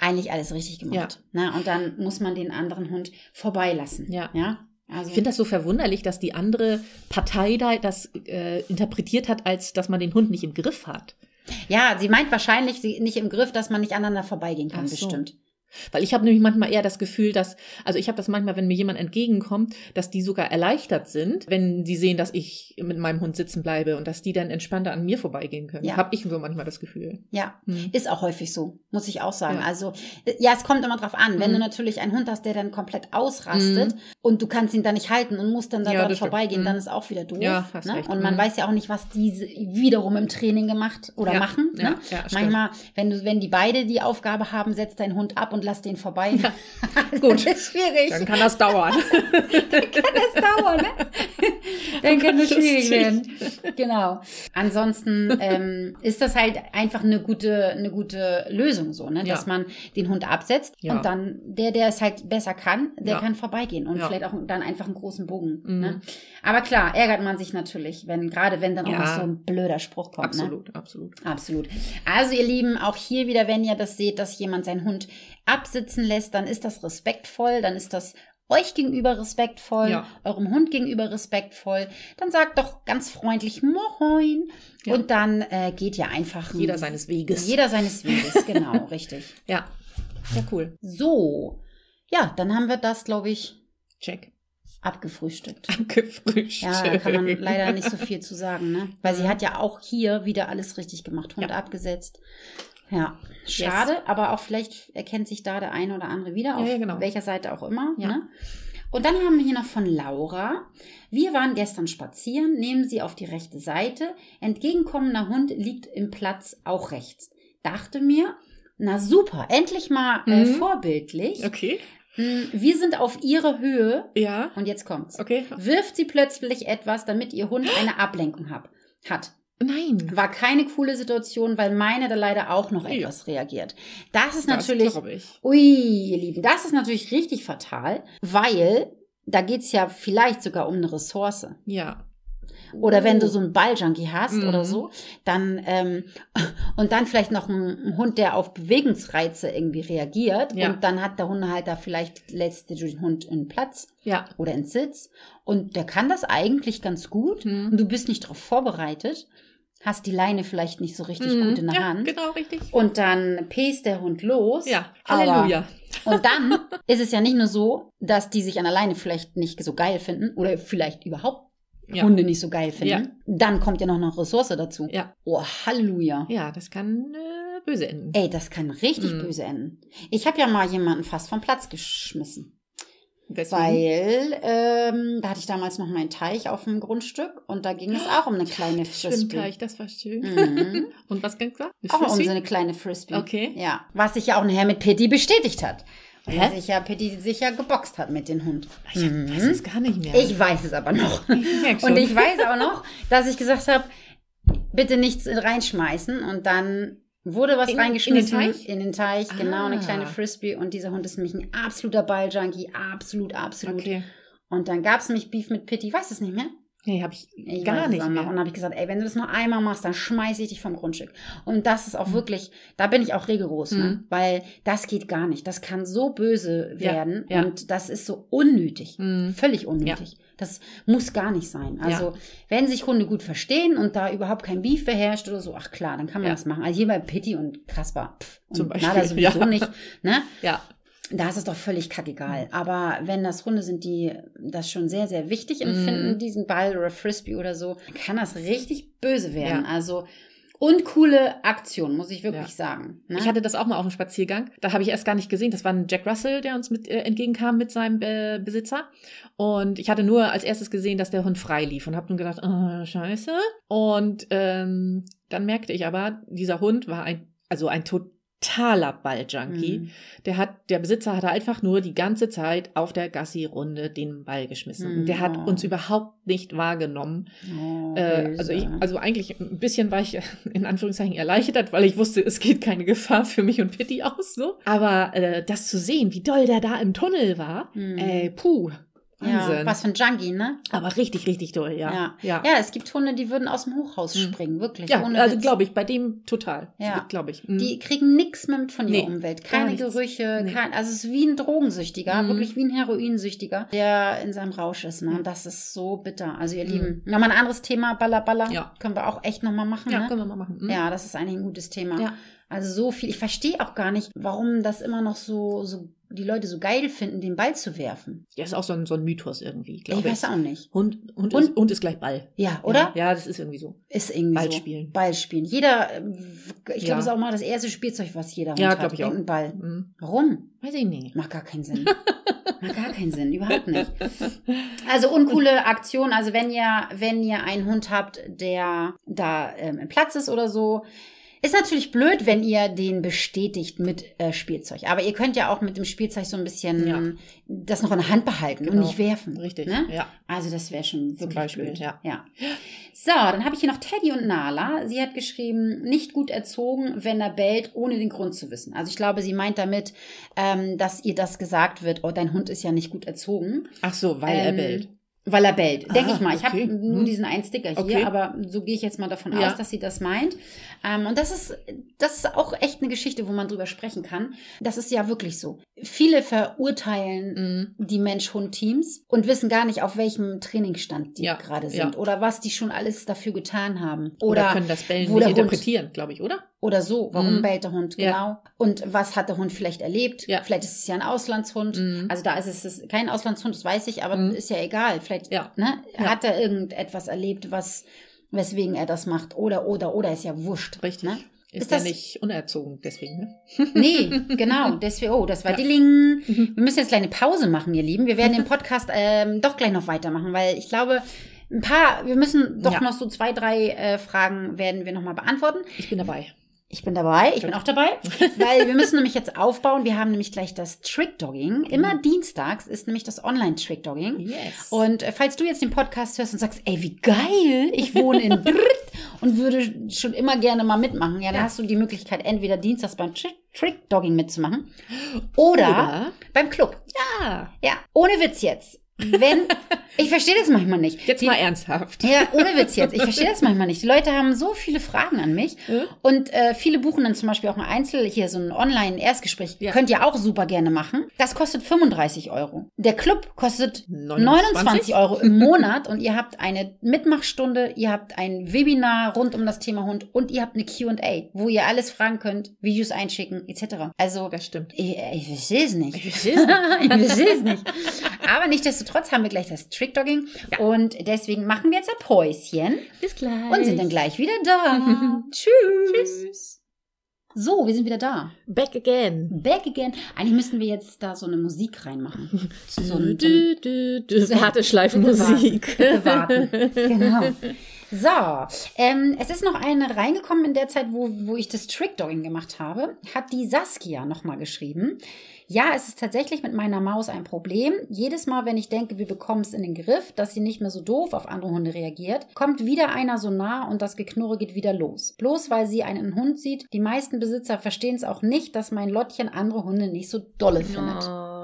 Speaker 1: eigentlich alles richtig gemacht. Na, und dann muss man den anderen Hund vorbeilassen.
Speaker 2: Ja.
Speaker 1: ja? Also,
Speaker 2: Ich finde das so verwunderlich, dass die andere Partei da das äh, interpretiert hat, als dass man den Hund nicht im Griff hat.
Speaker 1: ja, sie meint wahrscheinlich sie nicht im Griff, dass man nicht aneinander vorbeigehen kann,
Speaker 2: Ach so.
Speaker 1: bestimmt.
Speaker 2: Weil ich habe nämlich manchmal eher das Gefühl, dass, also ich habe das manchmal, wenn mir jemand entgegenkommt, dass die sogar erleichtert sind, wenn sie sehen, dass ich mit meinem Hund sitzen bleibe und dass die dann entspannter an mir vorbeigehen können.
Speaker 1: Ja.
Speaker 2: Ja. Habe ich so manchmal das Gefühl.
Speaker 1: Ja,
Speaker 2: Hm.
Speaker 1: Ist auch häufig so, muss ich auch sagen.
Speaker 2: Ja.
Speaker 1: Also, äh, ja, es kommt immer drauf an. Wenn
Speaker 2: Mhm.
Speaker 1: du natürlich einen Hund hast, der dann komplett ausrastet und du kannst ihn dann nicht halten und musst dann da
Speaker 2: Ja,
Speaker 1: dran
Speaker 2: das stimmt.
Speaker 1: vorbeigehen,
Speaker 2: Mhm.
Speaker 1: dann ist auch wieder doof.
Speaker 2: Ja, hast
Speaker 1: ne?
Speaker 2: recht.
Speaker 1: Und man
Speaker 2: Mhm.
Speaker 1: weiß ja auch nicht, was diese wiederum im Training gemacht oder
Speaker 2: Ja,
Speaker 1: machen.
Speaker 2: ja,
Speaker 1: ne?
Speaker 2: ja, stimmt.
Speaker 1: Manchmal, wenn du, wenn die beide die Aufgabe haben, setz deinen Hund ab und lass den vorbei.
Speaker 2: Gut.
Speaker 1: das ist schwierig.
Speaker 2: Dann kann das dauern.
Speaker 1: das dauern, ne? Dann kann das schwierig
Speaker 2: Lustig.
Speaker 1: werden. Genau. Ansonsten ähm, ist das halt einfach eine gute, eine gute Lösung so, ne?
Speaker 2: Ja.
Speaker 1: Dass man den Hund absetzt
Speaker 2: Ja.
Speaker 1: und dann der, der es halt besser kann, der
Speaker 2: Ja.
Speaker 1: kann vorbeigehen und
Speaker 2: Ja.
Speaker 1: vielleicht auch dann einfach einen großen Bogen.
Speaker 2: Mhm.
Speaker 1: Ne? Aber klar, ärgert man sich natürlich, wenn, gerade wenn dann auch
Speaker 2: Ja.
Speaker 1: noch so ein blöder Spruch kommt. Ne?
Speaker 2: absolut, absolut.
Speaker 1: Absolut. Also ihr Lieben, auch hier wieder, wenn ihr das seht, dass jemand seinen Hund absitzen lässt, dann ist das respektvoll, dann ist das euch gegenüber respektvoll,
Speaker 2: Ja.
Speaker 1: eurem Hund gegenüber respektvoll. Dann sagt doch ganz freundlich Moin
Speaker 2: Ja.
Speaker 1: und dann äh, geht ihr einfach
Speaker 2: Jeder seines Weges.
Speaker 1: Jeder seines Weges, genau, richtig.
Speaker 2: Ja. Ja, cool.
Speaker 1: So, ja, dann haben wir das, glaube ich,
Speaker 2: Check.
Speaker 1: abgefrühstückt.
Speaker 2: Abgefrühstückt.
Speaker 1: Ja, da kann man leider nicht so viel zu sagen, ne? Weil sie hat ja auch hier wieder alles richtig gemacht, Hund
Speaker 2: Mhm. Ja.
Speaker 1: abgesetzt. Ja, schade, aber auch vielleicht erkennt sich da der eine oder andere wieder, auf
Speaker 2: Ja, ja, genau.
Speaker 1: welcher Seite auch immer.
Speaker 2: Ja.
Speaker 1: Ne? Und dann haben wir hier noch von Laura. Wir waren gestern spazieren, nehmen Sie auf die rechte Seite. Entgegenkommender Hund liegt im Platz auch rechts. Dachte mir, na super, endlich mal äh,
Speaker 2: Mhm.
Speaker 1: vorbildlich.
Speaker 2: Okay.
Speaker 1: Hm, Wir sind auf Ihre Höhe.
Speaker 2: Ja.
Speaker 1: Und jetzt kommt's
Speaker 2: Okay.
Speaker 1: wirft sie plötzlich etwas, damit ihr Hund eine Ablenkung hab, hat.
Speaker 2: Nein.
Speaker 1: War keine coole Situation, weil meine da leider auch noch
Speaker 2: Ja.
Speaker 1: etwas reagiert. Das ist
Speaker 2: Das
Speaker 1: natürlich,
Speaker 2: glaub ich.
Speaker 1: ui, ihr Lieben, das ist natürlich richtig fatal, weil da geht's ja vielleicht sogar um eine Ressource.
Speaker 2: Ja.
Speaker 1: Oder wenn du
Speaker 2: Oh.
Speaker 1: so einen Balljunkie hast
Speaker 2: Mhm.
Speaker 1: oder so, dann ähm, und dann vielleicht noch einen Hund, der auf Bewegungsreize irgendwie reagiert
Speaker 2: Ja.
Speaker 1: und dann hat der Hundehalter vielleicht lässt den Hund in den Platz
Speaker 2: Ja.
Speaker 1: oder in Sitz. Und der kann das eigentlich ganz gut.
Speaker 2: Hm.
Speaker 1: Und du bist nicht darauf vorbereitet, hast die Leine vielleicht nicht so richtig
Speaker 2: Mhm.
Speaker 1: gut in der
Speaker 2: ja,
Speaker 1: Hand.
Speaker 2: Genau, richtig.
Speaker 1: Und dann pest der Hund los.
Speaker 2: Ja.
Speaker 1: Aber-
Speaker 2: Halleluja.
Speaker 1: Und dann ist es ja nicht nur so, dass die sich an der Leine vielleicht nicht so geil finden oder vielleicht überhaupt
Speaker 2: Ja.
Speaker 1: Hunde nicht so geil finden.
Speaker 2: Ja.
Speaker 1: Dann kommt ja noch eine Ressource dazu.
Speaker 2: Ja.
Speaker 1: Oh, Halleluja.
Speaker 2: Ja, das kann äh, böse enden.
Speaker 1: Ey, das kann richtig
Speaker 2: Mhm.
Speaker 1: böse enden. Ich habe ja mal jemanden fast vom Platz geschmissen.
Speaker 2: Deswegen-
Speaker 1: Weil ähm, da hatte ich damals noch meinen Teich auf dem Grundstück und da ging es auch um eine kleine Frisbee.
Speaker 2: Schwimmteich, das war schön.
Speaker 1: Mhm.
Speaker 2: Und was ging's da? Eine
Speaker 1: Auch um
Speaker 2: Frisbee?
Speaker 1: so eine kleine Frisbee.
Speaker 2: Okay.
Speaker 1: Ja. Was sich ja auch nachher mit Pitti bestätigt hat. Und
Speaker 2: Hä?
Speaker 1: dass sich ja Pitti sich ja geboxt hat mit dem Hund. Mhm.
Speaker 2: Ich hab- weiß es gar nicht mehr.
Speaker 1: Ich weiß es aber noch.
Speaker 2: Ich merk schon.
Speaker 1: Und ich weiß auch noch, dass ich gesagt habe, bitte nichts reinschmeißen. Und dann wurde was
Speaker 2: In-
Speaker 1: reingeschmissen.
Speaker 2: in den Teich?
Speaker 1: In den Teich, genau, eine
Speaker 2: Ah.
Speaker 1: kleine Frisbee. Und dieser Hund ist nämlich ein absoluter Balljunkie. Absolut, absolut.
Speaker 2: okay.
Speaker 1: Und dann gab es nämlich Beef mit Pitti, weiß es nicht mehr.
Speaker 2: Nee, habe ich,
Speaker 1: Ich weiß
Speaker 2: gar
Speaker 1: es
Speaker 2: nicht
Speaker 1: auch noch. Und
Speaker 2: mehr.
Speaker 1: dann habe ich gesagt, ey, wenn du das nur einmal machst, dann schmeiße ich dich vom Grundstück. Und das ist auch wirklich, da bin ich auch rigoros, ne?
Speaker 2: Mhm.
Speaker 1: weil das geht gar nicht. Das kann so böse
Speaker 2: Ja,
Speaker 1: werden
Speaker 2: ja.
Speaker 1: und das ist so unnötig,
Speaker 2: Mhm.
Speaker 1: völlig unnötig. Das muss gar nicht sein. Also wenn sich Hunde gut verstehen und da überhaupt kein Beef beherrscht oder so, ach klar, dann kann man
Speaker 2: Ja.
Speaker 1: das machen. Also hier bei Pitti und Kasper, pff, und
Speaker 2: Zum Beispiel,
Speaker 1: Nada sowieso
Speaker 2: ja.
Speaker 1: nicht, ne?
Speaker 2: Ja,
Speaker 1: Da ist es doch völlig kackegal.
Speaker 2: Mhm.
Speaker 1: Aber wenn das Hunde sind, die das schon sehr, sehr wichtig empfinden,
Speaker 2: Mhm.
Speaker 1: diesen Ball oder Frisbee oder so, kann das richtig böse werden.
Speaker 2: Ja.
Speaker 1: Also, Und coole Aktion, muss ich wirklich
Speaker 2: Ja.
Speaker 1: sagen. Ne?
Speaker 2: Ich hatte das auch mal auf dem Spaziergang. Da habe ich erst gar nicht gesehen. Das war ein Jack Russell, der uns mit äh, entgegenkam mit seinem äh, Besitzer. Und ich hatte nur als erstes gesehen, dass der Hund frei lief und habe nun gedacht, oh, scheiße. Und ähm, dann merkte ich aber, dieser Hund war ein, also ein totaler Balljunkie.
Speaker 1: Mhm.
Speaker 2: Der hat, der Besitzer hatte einfach nur die ganze Zeit auf der Gassi-Runde den Ball geschmissen. Und Der hat
Speaker 1: Mhm.
Speaker 2: uns überhaupt nicht wahrgenommen.
Speaker 1: Oh,
Speaker 2: Äh, also, ich,
Speaker 1: böse.
Speaker 2: also eigentlich ein bisschen war ich äh, in Anführungszeichen erleichtert, weil ich wusste, es geht keine Gefahr für mich und Pitti aus. So. Aber äh, das zu sehen, wie doll der da im Tunnel war,
Speaker 1: Hm.
Speaker 2: äh, puh, Wahnsinn.
Speaker 1: Mhm. ja, was für ein Junkie, ne?
Speaker 2: Aber richtig, richtig doll, ja. Ja,
Speaker 1: Ja, es gibt Hunde, die würden aus dem Hochhaus
Speaker 2: Mhm.
Speaker 1: springen, wirklich.
Speaker 2: ja,
Speaker 1: ohne
Speaker 2: also
Speaker 1: Witz.
Speaker 2: glaube ich, bei dem total.
Speaker 1: Ja.
Speaker 2: Glaube ich. Mhm.
Speaker 1: Die kriegen nichts mehr mit von ihrer
Speaker 2: Nee,
Speaker 1: Umwelt.
Speaker 2: gar
Speaker 1: Keine
Speaker 2: nichts.
Speaker 1: Gerüche,
Speaker 2: Nee.
Speaker 1: kein, also es ist wie ein Drogensüchtiger,
Speaker 2: Mhm.
Speaker 1: wirklich wie ein Heroinsüchtiger, der in seinem Rausch ist. Ne? Und das ist so bitter. Also ihr
Speaker 2: Mhm.
Speaker 1: Lieben, nochmal ein anderes Thema, Baller, Baller,
Speaker 2: Ja.
Speaker 1: können wir auch echt nochmal machen.
Speaker 2: ja,
Speaker 1: ne?
Speaker 2: können wir mal machen. Mhm.
Speaker 1: ja, das ist eigentlich ein gutes Thema.
Speaker 2: Ja.
Speaker 1: Also so viel, ich verstehe auch gar nicht, warum das immer noch so, so die Leute so geil finden, den Ball zu werfen.
Speaker 2: Ja, ist auch so ein, so ein Mythos irgendwie,
Speaker 1: Ich,
Speaker 2: glaube ich.
Speaker 1: weiß auch nicht.
Speaker 2: Hund, Hund,
Speaker 1: Und-
Speaker 2: ist, Hund ist gleich Ball.
Speaker 1: Ja, oder?
Speaker 2: Ja, ja das ist irgendwie so.
Speaker 1: Ist irgendwie
Speaker 2: Ball
Speaker 1: so.
Speaker 2: spielen.
Speaker 1: Ball spielen. Jeder, ähm, ich glaube,
Speaker 2: Ja.
Speaker 1: es ist auch mal das erste Spielzeug, was jeder Hund
Speaker 2: Ja,
Speaker 1: hat.
Speaker 2: glaube ich auch.
Speaker 1: Irgendein Ball.
Speaker 2: Mhm.
Speaker 1: Warum?
Speaker 2: Weiß ich nicht.
Speaker 1: Macht gar keinen Sinn. Macht gar keinen Sinn, überhaupt nicht. Also uncoole Aktion. Also wenn ihr, wenn ihr einen Hund habt, der da ähm, im Platz ist oder so, ist natürlich blöd, wenn ihr den bestätigt mit äh, Spielzeug. Aber ihr könnt ja auch mit dem Spielzeug so ein bisschen
Speaker 2: Ja.
Speaker 1: das noch in der Hand behalten und
Speaker 2: Genau.
Speaker 1: nicht werfen.
Speaker 2: Richtig.
Speaker 1: Ne?
Speaker 2: Ja.
Speaker 1: Also das wäre schon wirklich
Speaker 2: Beispiel,
Speaker 1: blöd.
Speaker 2: ja.
Speaker 1: So, dann habe ich hier noch Teddy und Nala. Sie hat geschrieben, nicht gut erzogen, wenn er bellt, ohne den Grund zu wissen. Also ich glaube, sie meint damit, ähm, dass ihr das gesagt wird, oh, dein Hund ist ja nicht gut erzogen,
Speaker 2: Ach so, weil er
Speaker 1: Ähm,
Speaker 2: bellt.
Speaker 1: weil er bellt. Denke
Speaker 2: Ah,
Speaker 1: ich mal. Ich
Speaker 2: okay.
Speaker 1: habe nur
Speaker 2: Hm.
Speaker 1: diesen einen Sticker hier,
Speaker 2: Okay.
Speaker 1: aber so gehe ich jetzt mal davon
Speaker 2: Ja.
Speaker 1: aus, dass sie das meint. Ähm, und das ist, das ist auch echt eine Geschichte, wo man drüber sprechen kann. Das ist ja wirklich so. Viele verurteilen
Speaker 2: Mhm.
Speaker 1: die Mensch-Hund-Teams und wissen gar nicht, auf welchem Trainingsstand die
Speaker 2: Ja,
Speaker 1: gerade
Speaker 2: ja.
Speaker 1: sind oder was die schon alles dafür getan haben.
Speaker 2: Oder,
Speaker 1: Oder, oder,
Speaker 2: können das Bellen
Speaker 1: wo
Speaker 2: nicht
Speaker 1: der Hund-
Speaker 2: interpretieren, glaube ich, oder?
Speaker 1: so, warum
Speaker 2: Mhm.
Speaker 1: bellt der Hund,
Speaker 2: Ja.
Speaker 1: genau. Und was hat der Hund vielleicht erlebt?
Speaker 2: Ja.
Speaker 1: Vielleicht ist es ja ein Auslandshund.
Speaker 2: Mhm.
Speaker 1: Also da ist es- es ist kein Auslandshund, das weiß ich, aber
Speaker 2: Mhm.
Speaker 1: ist ja egal. Vielleicht
Speaker 2: Ja.
Speaker 1: ne,
Speaker 2: Ja.
Speaker 1: hat er irgendetwas erlebt, was weswegen er das macht. Oder, oder, oder, ist ja wurscht.
Speaker 2: Richtig.
Speaker 1: Ne?
Speaker 2: Ist,
Speaker 1: Ist
Speaker 2: ja
Speaker 1: das-
Speaker 2: nicht unerzogen, deswegen, ne?
Speaker 1: Nee, genau. Deswegen, oh, das war
Speaker 2: Ja. Mhm.
Speaker 1: die Ling. Wir müssen jetzt gleich eine Pause machen, ihr Lieben. Wir werden den Podcast ähm, doch gleich noch weitermachen, weil ich glaube, ein paar, wir müssen doch
Speaker 2: Ja.
Speaker 1: noch so zwei, drei äh, Fragen werden wir nochmal beantworten.
Speaker 2: Ich bin dabei.
Speaker 1: Ich bin dabei, ich bin auch dabei, weil wir müssen nämlich jetzt aufbauen. Wir haben nämlich gleich das Trick-Dogging. Immer
Speaker 2: Mhm.
Speaker 1: dienstags ist nämlich das Online-Trick-Dogging.
Speaker 2: Yes.
Speaker 1: Und
Speaker 2: Und
Speaker 1: äh, falls du jetzt den Podcast hörst und sagst, ey, wie geil, ich wohne in Brrrt und würde schon immer gerne mal mitmachen, ja, dann
Speaker 2: Ja.
Speaker 1: hast du die Möglichkeit, entweder dienstags beim Tri- Trick-Dogging mitzumachen oder beim Club.
Speaker 2: ja.
Speaker 1: Ja, ohne Witz jetzt. Wenn, ich verstehe das manchmal nicht.
Speaker 2: Jetzt
Speaker 1: die,
Speaker 2: mal ernsthaft.
Speaker 1: Ja, ohne Witz jetzt. Ich verstehe das manchmal nicht. Die Leute haben so viele Fragen an mich
Speaker 2: Ja.
Speaker 1: und äh, viele buchen dann zum Beispiel auch mal Einzel, hier so ein Online-Erstgespräch.
Speaker 2: Ja.
Speaker 1: Könnt ihr auch super gerne machen. Das kostet 35 Euro. Der Club kostet 29,
Speaker 2: 29
Speaker 1: Euro im Monat und ihr habt eine Mitmachstunde, ihr habt ein Webinar rund um das Thema Hund und ihr habt eine Q&A, wo ihr alles fragen könnt, Videos einschicken etc. Also
Speaker 2: Das stimmt.
Speaker 1: ich, ich verstehe es nicht. Ich
Speaker 2: verstehe es
Speaker 1: verstehe es nicht. Aber nichtsdestotrotz haben wir gleich das Trickdogging. Und deswegen machen wir jetzt ein Päuschen
Speaker 2: Bis gleich.
Speaker 1: und sind dann gleich wieder da. Tschüss.
Speaker 2: Tschüss.
Speaker 1: So, wir sind wieder da.
Speaker 2: Back again.
Speaker 1: Back again. Eigentlich müssten wir jetzt da so eine Musik reinmachen. So ein- so ein-
Speaker 2: du, du, du,
Speaker 1: so-
Speaker 2: Warteschleifenmusik.
Speaker 1: Bitte warten. Genau. So, ähm, es ist noch eine reingekommen in der Zeit, wo, wo ich das Trickdogging gemacht habe. Hat die Saskia nochmal geschrieben. Ja, es ist tatsächlich mit meiner Maus ein Problem. Jedes Mal, wenn ich denke, wir bekommen es in den Griff, dass sie nicht mehr so doof auf andere Hunde reagiert, kommt wieder einer so nah und das Geknurre geht wieder los. Bloß weil sie einen Hund sieht. Die meisten Besitzer verstehen es auch nicht, dass mein Lottchen andere Hunde nicht so dolle findet.
Speaker 2: Oh,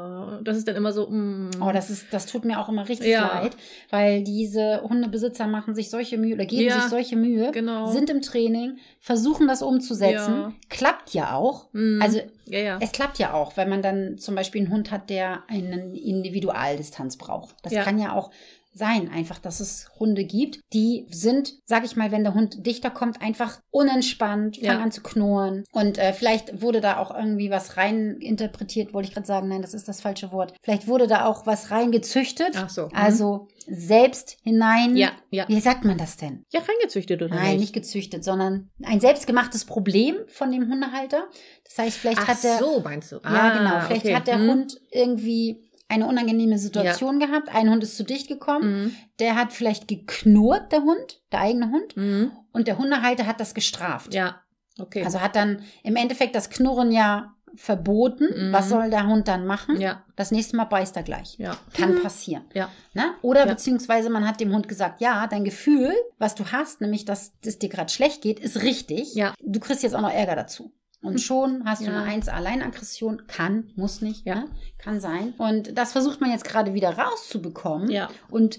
Speaker 2: das ist dann immer so. Mm.
Speaker 1: Oh, das ist, das tut mir auch immer richtig
Speaker 2: Ja.
Speaker 1: leid, weil diese Hundebesitzer machen sich solche Mühe oder geben
Speaker 2: Ja,
Speaker 1: sich solche Mühe,
Speaker 2: genau.
Speaker 1: sind im Training, versuchen das umzusetzen,
Speaker 2: Ja.
Speaker 1: klappt ja auch.
Speaker 2: Mm.
Speaker 1: Also
Speaker 2: ja, ja.
Speaker 1: es klappt ja auch, wenn man dann zum Beispiel einen Hund hat, der eine Individualdistanz braucht. Das
Speaker 2: Ja.
Speaker 1: kann ja auch sein, einfach, dass es Hunde gibt, die sind, sag ich mal, wenn der Hund dichter kommt, einfach unentspannt, fangen
Speaker 2: Ja.
Speaker 1: an zu knurren. Und äh, vielleicht wurde da auch irgendwie was rein interpretiert, wollte ich gerade sagen, nein, das ist das falsche Wort. Vielleicht wurde da auch was rein gezüchtet.
Speaker 2: Ach so. mhm.
Speaker 1: Also selbst hinein.
Speaker 2: Ja, ja.
Speaker 1: Wie sagt man das denn?
Speaker 2: Ja, reingezüchtet oder
Speaker 1: Nein, nicht gezüchtet, sondern ein selbstgemachtes Problem von dem Hundehalter. Das heißt, vielleicht
Speaker 2: Ach
Speaker 1: hat der
Speaker 2: so, meinst du?
Speaker 1: ja,
Speaker 2: Ah,
Speaker 1: genau. Vielleicht
Speaker 2: okay.
Speaker 1: hat der
Speaker 2: Mhm.
Speaker 1: Hund irgendwie eine unangenehme Situation gehabt. Ein Hund ist zu dicht gekommen.
Speaker 2: Mhm.
Speaker 1: Der hat vielleicht geknurrt, der Hund, der eigene Hund.
Speaker 2: Mhm.
Speaker 1: Und der Hundehalter hat das gestraft.
Speaker 2: Ja, okay.
Speaker 1: Also hat dann im Endeffekt das Knurren ja verboten.
Speaker 2: Mhm.
Speaker 1: Was soll der Hund dann machen?
Speaker 2: ja,
Speaker 1: Das nächste Mal beißt er gleich.
Speaker 2: ja.
Speaker 1: Kann passieren.
Speaker 2: Mhm. Ja.
Speaker 1: Ne? Oder
Speaker 2: Ja.
Speaker 1: beziehungsweise man hat dem Hund gesagt, ja, dein Gefühl, was du hast, nämlich dass es dir gerade schlecht geht, ist richtig.
Speaker 2: Ja. Mhm.
Speaker 1: Du kriegst jetzt auch noch Ärger dazu. Und schon hast du eine
Speaker 2: Ja.
Speaker 1: 1 Alleinaggression. Kann, muss nicht,
Speaker 2: Ja.
Speaker 1: ne? kann sein. Und das versucht man jetzt gerade wieder rauszubekommen
Speaker 2: Ja,
Speaker 1: und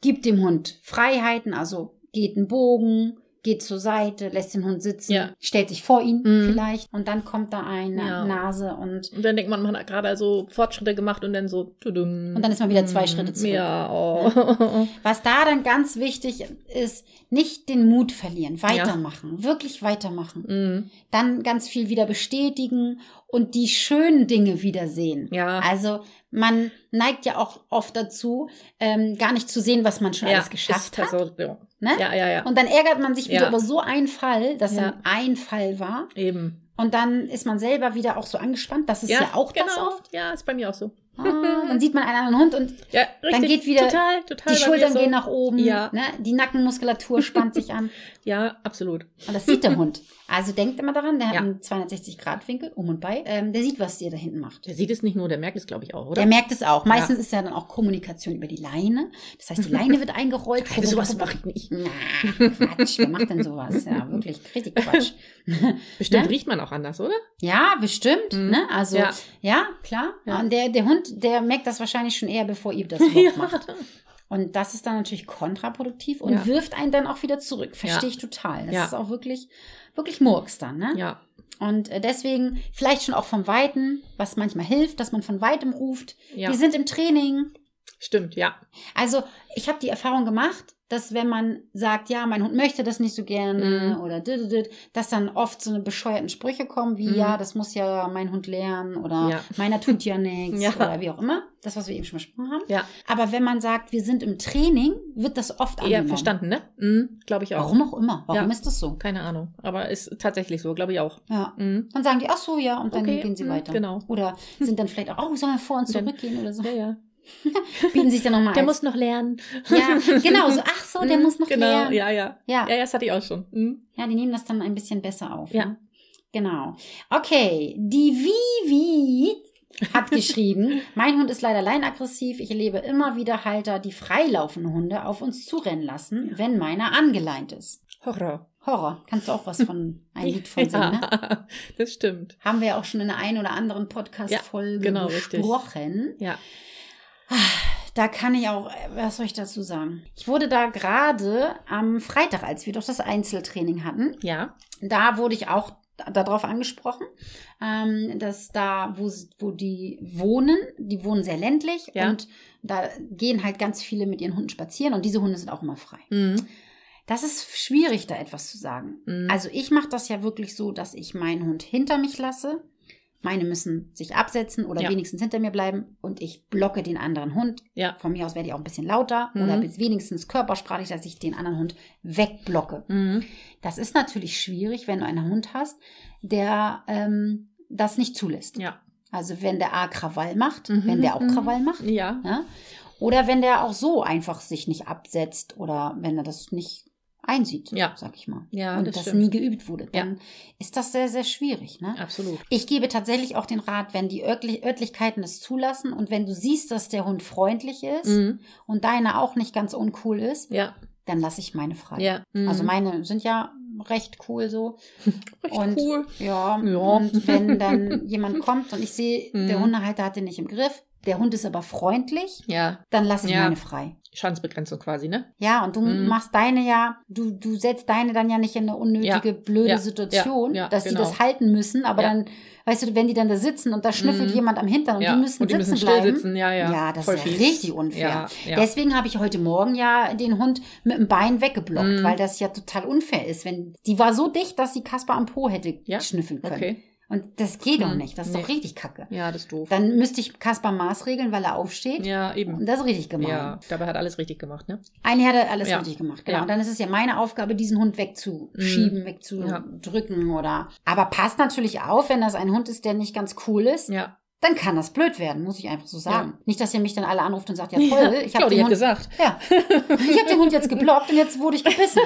Speaker 1: gibt dem Hund Freiheiten, also geht einen Bogen, geht zur Seite, lässt den Hund sitzen,
Speaker 2: Ja.
Speaker 1: stellt sich vor ihn
Speaker 2: Mhm.
Speaker 1: vielleicht und dann kommt da eine
Speaker 2: Ja.
Speaker 1: Nase und
Speaker 2: und dann denkt man, man hat gerade so Fortschritte gemacht und dann so. tudum.
Speaker 1: Und dann ist man wieder zwei
Speaker 2: Mhm.
Speaker 1: Schritte zurück.
Speaker 2: Ja, oh.
Speaker 1: Was da dann ganz wichtig ist, nicht den Mut verlieren, weitermachen, wirklich weitermachen.
Speaker 2: Mhm.
Speaker 1: Dann ganz viel wieder bestätigen und die schönen Dinge wiedersehen.
Speaker 2: ja.
Speaker 1: Also man neigt ja auch oft dazu, ähm, gar nicht zu sehen, was man schon
Speaker 2: ja,
Speaker 1: alles geschafft
Speaker 2: ist das
Speaker 1: hat.
Speaker 2: so, ja.
Speaker 1: Ne?
Speaker 2: ja, ja, ja.
Speaker 1: Und dann ärgert man sich wieder
Speaker 2: Ja.
Speaker 1: über so einen Fall, dass
Speaker 2: Ja.
Speaker 1: dann ein Fall war.
Speaker 2: Eben.
Speaker 1: Und dann ist man selber wieder auch so angespannt. Das ist ja, auch das
Speaker 2: genau.
Speaker 1: oft.
Speaker 2: Ja, ist bei mir auch so.
Speaker 1: Ah, dann sieht man einen anderen Hund und
Speaker 2: Ja, richtig.
Speaker 1: geht wieder
Speaker 2: total, total
Speaker 1: die
Speaker 2: bei mir
Speaker 1: Schultern
Speaker 2: so.
Speaker 1: gehen nach oben.
Speaker 2: Ja.
Speaker 1: Ne? Die Nackenmuskulatur spannt sich an.
Speaker 2: Ja, absolut.
Speaker 1: Und das sieht der Hund. Also denkt immer daran, der hat
Speaker 2: Ja.
Speaker 1: einen 260-Grad-Winkel, um und bei. Ähm, der sieht, was ihr da hinten macht.
Speaker 2: Der sieht es nicht nur, der merkt es, glaube ich, auch, oder?
Speaker 1: Der merkt es auch. Meistens ist ja dann auch Kommunikation über die Leine. Das heißt, die Leine wird eingerollt.
Speaker 2: Also, sowas mache ich nicht.
Speaker 1: Na, Quatsch. Wer macht denn sowas? Ja, wirklich. Richtig Quatsch.
Speaker 2: Bestimmt
Speaker 1: Ne?
Speaker 2: riecht man auch anders, oder?
Speaker 1: Ja, bestimmt.
Speaker 2: Mhm.
Speaker 1: Ne? Also, ja,
Speaker 2: Ja.
Speaker 1: klar.
Speaker 2: Ja.
Speaker 1: Und der, der Hund, der merkt das wahrscheinlich schon eher, bevor ihr das überhaupt macht. ne? Und das ist dann natürlich kontraproduktiv und
Speaker 2: Ja.
Speaker 1: wirft einen dann auch wieder zurück. Verstehe
Speaker 2: Ja.
Speaker 1: ich total. Das
Speaker 2: Ja.
Speaker 1: ist auch wirklich, wirklich Murks dann. Ne?
Speaker 2: Ja.
Speaker 1: Und äh, deswegen vielleicht schon auch vom Weiten, was manchmal hilft, dass man von Weitem ruft.
Speaker 2: Ja.
Speaker 1: Wir sind im Training.
Speaker 2: Stimmt, ja.
Speaker 1: Also ich habe die Erfahrung gemacht, dass wenn man sagt, ja, mein Hund möchte das nicht so gerne
Speaker 2: Mhm.
Speaker 1: oder dididid, dass dann oft so eine bescheuerten Sprüche kommen wie,
Speaker 2: Mhm.
Speaker 1: ja, das muss ja mein Hund lernen oder
Speaker 2: Ja.
Speaker 1: meiner tut ja nichts
Speaker 2: Ja.
Speaker 1: oder wie auch immer. Das, was wir eben schon besprochen haben.
Speaker 2: Ja.
Speaker 1: Aber wenn man sagt, wir sind im Training, wird das oft
Speaker 2: Ja,
Speaker 1: angenommen.
Speaker 2: verstanden, ne? Mhm, glaube ich auch.
Speaker 1: Warum auch immer. Warum
Speaker 2: Ja.
Speaker 1: ist das so?
Speaker 2: Keine Ahnung. Aber ist tatsächlich so, glaube ich auch.
Speaker 1: Ja.
Speaker 2: Mhm.
Speaker 1: Dann sagen die, ach so, ja, und dann
Speaker 2: Okay,
Speaker 1: gehen sie
Speaker 2: mhm,
Speaker 1: weiter.
Speaker 2: genau.
Speaker 1: Oder sind dann vielleicht auch, oh, sollen wir vor und
Speaker 2: Dann-
Speaker 1: zurückgehen oder so.
Speaker 2: Ja, ja.
Speaker 1: Bieten sich dann nochmal
Speaker 2: Der
Speaker 1: als-
Speaker 2: muss noch lernen.
Speaker 1: Ah, Ja, genau, so, ach so, der
Speaker 2: Mhm,
Speaker 1: muss noch
Speaker 2: genau,
Speaker 1: lernen.
Speaker 2: ja, ja.
Speaker 1: Ja.
Speaker 2: Ja, ja, das hatte ich auch schon. Mhm.
Speaker 1: Ja, die nehmen das dann ein bisschen besser auf.
Speaker 2: Ja.
Speaker 1: Ne? Genau. Okay, die Vivi hat geschrieben, mein Hund ist leider leinaggressiv. Ich erlebe immer wieder Halter, die freilaufende Hunde auf uns zurennen lassen, wenn meiner angeleint ist.
Speaker 2: Horror.
Speaker 1: Horror. Kannst du auch was von ein Lied von singen, ne?
Speaker 2: ja, das stimmt.
Speaker 1: Haben wir ja auch schon in der einen oder anderen Podcast-Folge
Speaker 2: Ja, genau, richtig.
Speaker 1: besprochen.
Speaker 2: Ja.
Speaker 1: Da kann ich auch, was soll ich dazu sagen? Ich wurde da gerade am Freitag, als wir doch das Einzeltraining hatten,
Speaker 2: Ja.
Speaker 1: da wurde ich auch darauf angesprochen, ähm, dass da, wo, s- wo die wohnen, die wohnen sehr ländlich
Speaker 2: Ja.
Speaker 1: und da gehen halt ganz viele mit ihren Hunden spazieren und diese Hunde sind auch immer frei.
Speaker 2: Mhm.
Speaker 1: Das ist schwierig, da etwas zu sagen.
Speaker 2: Mhm.
Speaker 1: Also ich mache das ja wirklich so, dass ich meinen Hund hinter mich lasse. Meine müssen sich absetzen oder
Speaker 2: Ja.
Speaker 1: wenigstens hinter mir bleiben und ich blocke den anderen Hund.
Speaker 2: Ja.
Speaker 1: Von mir aus werde ich auch ein bisschen lauter
Speaker 2: Mhm.
Speaker 1: oder bis wenigstens körpersprachlich, dass ich den anderen Hund wegblocke.
Speaker 2: Mhm.
Speaker 1: Das ist natürlich schwierig, wenn du einen Hund hast, der ähm, das nicht zulässt.
Speaker 2: Ja.
Speaker 1: Also wenn der A Krawall macht,
Speaker 2: Mhm,
Speaker 1: wenn der auch
Speaker 2: mhm.
Speaker 1: Krawall macht.
Speaker 2: Ja.
Speaker 1: Ne? Oder wenn der auch so einfach sich nicht absetzt oder wenn er das nicht einsieht,
Speaker 2: Ja.
Speaker 1: sag ich mal.
Speaker 2: Ja,
Speaker 1: und
Speaker 2: das
Speaker 1: das,
Speaker 2: stimmt.
Speaker 1: nie geübt wurde,
Speaker 2: Ja.
Speaker 1: dann ist das sehr, sehr schwierig. Ne?
Speaker 2: Absolut.
Speaker 1: Ich gebe tatsächlich auch den Rat, wenn die Örtli Örtlichkeiten es zulassen und wenn du siehst, dass der Hund freundlich ist
Speaker 2: Mhm.
Speaker 1: und deiner auch nicht ganz uncool ist,
Speaker 2: Ja.
Speaker 1: dann lasse ich meine frei.
Speaker 2: Ja. Mhm.
Speaker 1: Also meine sind ja recht cool so.
Speaker 2: Recht
Speaker 1: und-
Speaker 2: Mhm. cool.
Speaker 1: Ja,
Speaker 2: Ja.
Speaker 1: und wenn dann jemand kommt und ich sehe, der
Speaker 2: Mhm.
Speaker 1: Hundehalter hat den nicht im Griff, der Hund ist aber freundlich,
Speaker 2: Ja.
Speaker 1: dann lasse ich
Speaker 2: Ja.
Speaker 1: meine frei.
Speaker 2: Schadensbegrenzung quasi, ne?
Speaker 1: Ja, und du
Speaker 2: Mhm.
Speaker 1: machst deine ja, du, du setzt deine dann ja nicht in eine unnötige, blöde
Speaker 2: Ja.
Speaker 1: Situation,
Speaker 2: Ja. Ja.
Speaker 1: dass sie
Speaker 2: Genau.
Speaker 1: das halten müssen, aber
Speaker 2: Ja.
Speaker 1: dann weißt du, wenn die dann da sitzen und da schnüffelt
Speaker 2: Mhm.
Speaker 1: jemand am Hintern und
Speaker 2: ja.
Speaker 1: die müssen
Speaker 2: und die
Speaker 1: sitzen
Speaker 2: müssen still
Speaker 1: bleiben.
Speaker 2: sitzen. Ja, ja.
Speaker 1: Ja, das
Speaker 2: Voll
Speaker 1: ist ja
Speaker 2: fies.
Speaker 1: richtig unfair.
Speaker 2: Ja, ja.
Speaker 1: Deswegen habe ich heute Morgen ja den Hund mit dem Bein weggeblockt,
Speaker 2: Mhm.
Speaker 1: weil das ja total unfair ist. Wenn die war so dicht, dass sie Kasper am Po hätte
Speaker 2: Ja?
Speaker 1: schnüffeln können.
Speaker 2: Okay.
Speaker 1: Und das geht doch
Speaker 2: Mhm.
Speaker 1: nicht. Das ist doch
Speaker 2: Nee.
Speaker 1: richtig kacke.
Speaker 2: Ja, das ist doof.
Speaker 1: Dann müsste ich Kasper maßregeln, weil er aufsteht.
Speaker 2: ja, eben.
Speaker 1: Und das ist richtig gemein.
Speaker 2: Ja, dabei hat alles richtig gemacht, ne?
Speaker 1: Eine hat er alles
Speaker 2: Ja.
Speaker 1: richtig gemacht, genau.
Speaker 2: Ja. Mhm.
Speaker 1: Und dann ist es ja meine Aufgabe, diesen Hund wegzuschieben, wegzudrücken oder. Aber passt natürlich auf, wenn das ein Hund ist, der nicht ganz cool ist,
Speaker 2: Ja.
Speaker 1: dann kann das blöd werden, muss ich einfach so sagen. Nicht, dass ihr mich dann alle anruft und sagt, ja toll, ich habe
Speaker 2: Claudia
Speaker 1: den
Speaker 2: hat
Speaker 1: Hund
Speaker 2: gesagt.
Speaker 1: ja. Ich habe den Hund jetzt geblockt und jetzt wurde ich gebissen.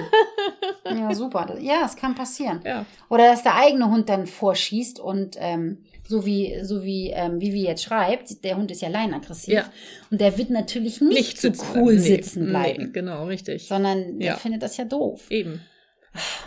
Speaker 1: Ja, super. Ja, es kann passieren.
Speaker 2: Ja.
Speaker 1: Oder dass der eigene Hund dann vorschießt und ähm, so wie, so wie ähm, Vivi jetzt schreibt, der Hund ist ja leinaggressiv.
Speaker 2: Ja.
Speaker 1: Und der wird natürlich nicht,
Speaker 2: Nicht
Speaker 1: so
Speaker 2: sitzen
Speaker 1: cool
Speaker 2: bleiben. Nee,
Speaker 1: sitzen bleiben.
Speaker 2: Nee, genau, richtig.
Speaker 1: Sondern der
Speaker 2: Ja.
Speaker 1: findet das ja doof.
Speaker 2: Eben.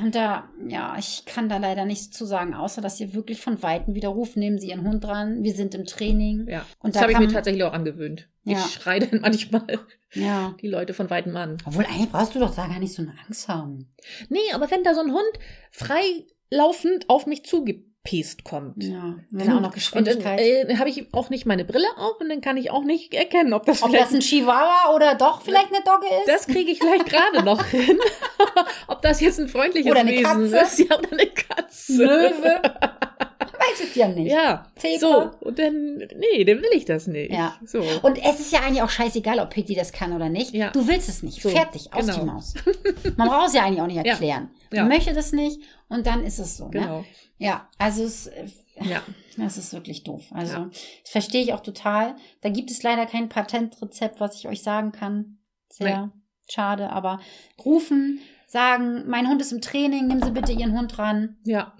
Speaker 1: Und da, ja, ich kann da leider nichts zu sagen, außer dass ihr wirklich von Weitem wieder ruft, nehmen Sie Ihren Hund dran, wir sind im Training.
Speaker 2: Ja.
Speaker 1: Und da
Speaker 2: das habe ich
Speaker 1: kann-
Speaker 2: mir tatsächlich auch angewöhnt.
Speaker 1: Ja.
Speaker 2: Ich schreie dann manchmal
Speaker 1: Ja.
Speaker 2: die Leute von Weitem an.
Speaker 1: Obwohl, eigentlich brauchst du doch da gar nicht so eine Angst haben.
Speaker 2: Nee, aber wenn da so ein Hund freilaufend auf mich zugepiest kommt.
Speaker 1: Ja, wenn er auch noch Geschwindigkeit.
Speaker 2: Und dann äh, habe ich auch nicht meine Brille auf und dann kann ich auch nicht erkennen, ob das
Speaker 1: Ob das
Speaker 2: vielleicht.
Speaker 1: ein Chihuahua oder doch vielleicht eine Dogge ist?
Speaker 2: Das kriege ich vielleicht gerade noch hin. ob das jetzt ein freundliches
Speaker 1: Oder eine
Speaker 2: Wesen
Speaker 1: Katze.
Speaker 2: ist. Ja, oder eine Katze.
Speaker 1: Löwe? Weiß es ja nicht.
Speaker 2: Ja.
Speaker 1: Zebra.
Speaker 2: So, und dann, nee, dann will ich das nicht.
Speaker 1: Ja.
Speaker 2: So.
Speaker 1: Und es ist ja eigentlich auch scheißegal, ob Pitti das kann oder nicht.
Speaker 2: Ja.
Speaker 1: Du willst es nicht.
Speaker 2: So,
Speaker 1: Fertig, aus
Speaker 2: genau.
Speaker 1: die Maus. Man braucht es ja eigentlich auch nicht
Speaker 2: Ja.
Speaker 1: erklären.
Speaker 2: Ja.
Speaker 1: Man möchte das nicht und dann ist es so. Ne?
Speaker 2: genau.
Speaker 1: Ja, also es, äh,
Speaker 2: Ja.
Speaker 1: das ist wirklich doof. Also
Speaker 2: Ja.
Speaker 1: das verstehe ich auch total. Da gibt es leider kein Patentrezept, was ich euch sagen kann. Sehr schade, aber rufen, sagen, mein Hund ist im Training, nehmen Sie bitte Ihren Hund ran.
Speaker 2: Ja.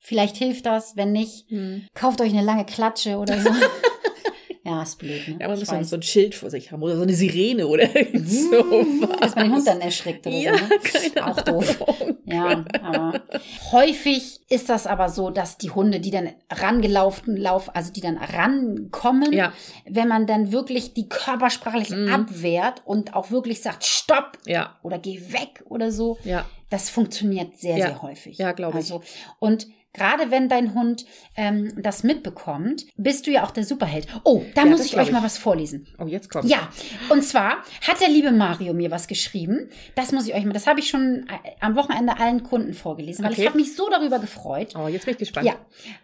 Speaker 1: Vielleicht hilft das, wenn nicht,
Speaker 2: Hm.
Speaker 1: kauft euch eine lange Klatsche oder so. ja, ist blöd, ne?
Speaker 2: Ja, man
Speaker 1: Ich
Speaker 2: muss dann
Speaker 1: weiß. Hm,
Speaker 2: so ein Schild vor sich haben oder so eine Sirene oder irgend sowas.
Speaker 1: Dass man den Hund dann erschrickt oder
Speaker 2: ja,
Speaker 1: so, ne?
Speaker 2: keine
Speaker 1: Auch doof.
Speaker 2: Ahnung.
Speaker 1: Ja, aber häufig ist das aber so, dass die Hunde, die dann rangelaufen, lauf, also die dann rankommen,
Speaker 2: Ja,
Speaker 1: wenn man dann wirklich die körpersprachlich
Speaker 2: Mhm.
Speaker 1: abwehrt und auch wirklich sagt, stopp
Speaker 2: ja,
Speaker 1: oder geh weg oder so,
Speaker 2: ja,
Speaker 1: das funktioniert sehr,
Speaker 2: Ja.
Speaker 1: sehr häufig.
Speaker 2: Ja, glaub ich.
Speaker 1: Also, und gerade wenn dein Hund ähm, das mitbekommt, bist du ja auch der Superheld. Oh, da
Speaker 2: Ja,
Speaker 1: muss
Speaker 2: das
Speaker 1: ich
Speaker 2: glaub
Speaker 1: euch mal
Speaker 2: ich.
Speaker 1: was vorlesen.
Speaker 2: Oh, jetzt kommt.
Speaker 1: Ja, und zwar hat der liebe Mario mir was geschrieben. Das muss ich euch mal, das habe ich schon äh, am Wochenende allen Kunden vorgelesen, weil
Speaker 2: Okay.
Speaker 1: ich habe mich so darüber gefreut.
Speaker 2: Oh, jetzt bin ich gespannt.
Speaker 1: Ja,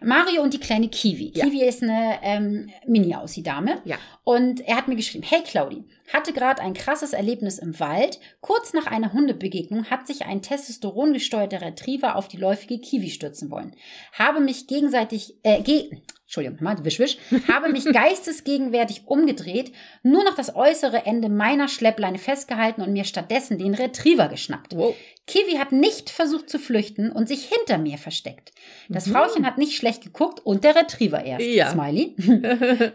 Speaker 1: Mario und die kleine Kiwi.
Speaker 2: Ja.
Speaker 1: Kiwi ist eine ähm, Mini-Aussie-Dame.
Speaker 2: Ja.
Speaker 1: Und er hat mir geschrieben, hey Claudi, hatte gerade ein krasses Erlebnis im Wald. Kurz nach einer Hundebegegnung hat sich ein testosterongesteuerter Retriever auf die läufige Kiwi stürzen wollen. Habe mich gegenseitig, äh, ge Entschuldigung, mal wisch, wisch, habe mich geistesgegenwärtig umgedreht, nur noch das äußere Ende meiner Schleppleine festgehalten und mir stattdessen den Retriever geschnappt.
Speaker 2: Wow.
Speaker 1: Kiwi hat nicht versucht zu flüchten und sich hinter mir versteckt. Das
Speaker 2: Mhm.
Speaker 1: Frauchen hat nicht schlecht geguckt und der Retriever erst.
Speaker 2: Ja.
Speaker 1: Smiley.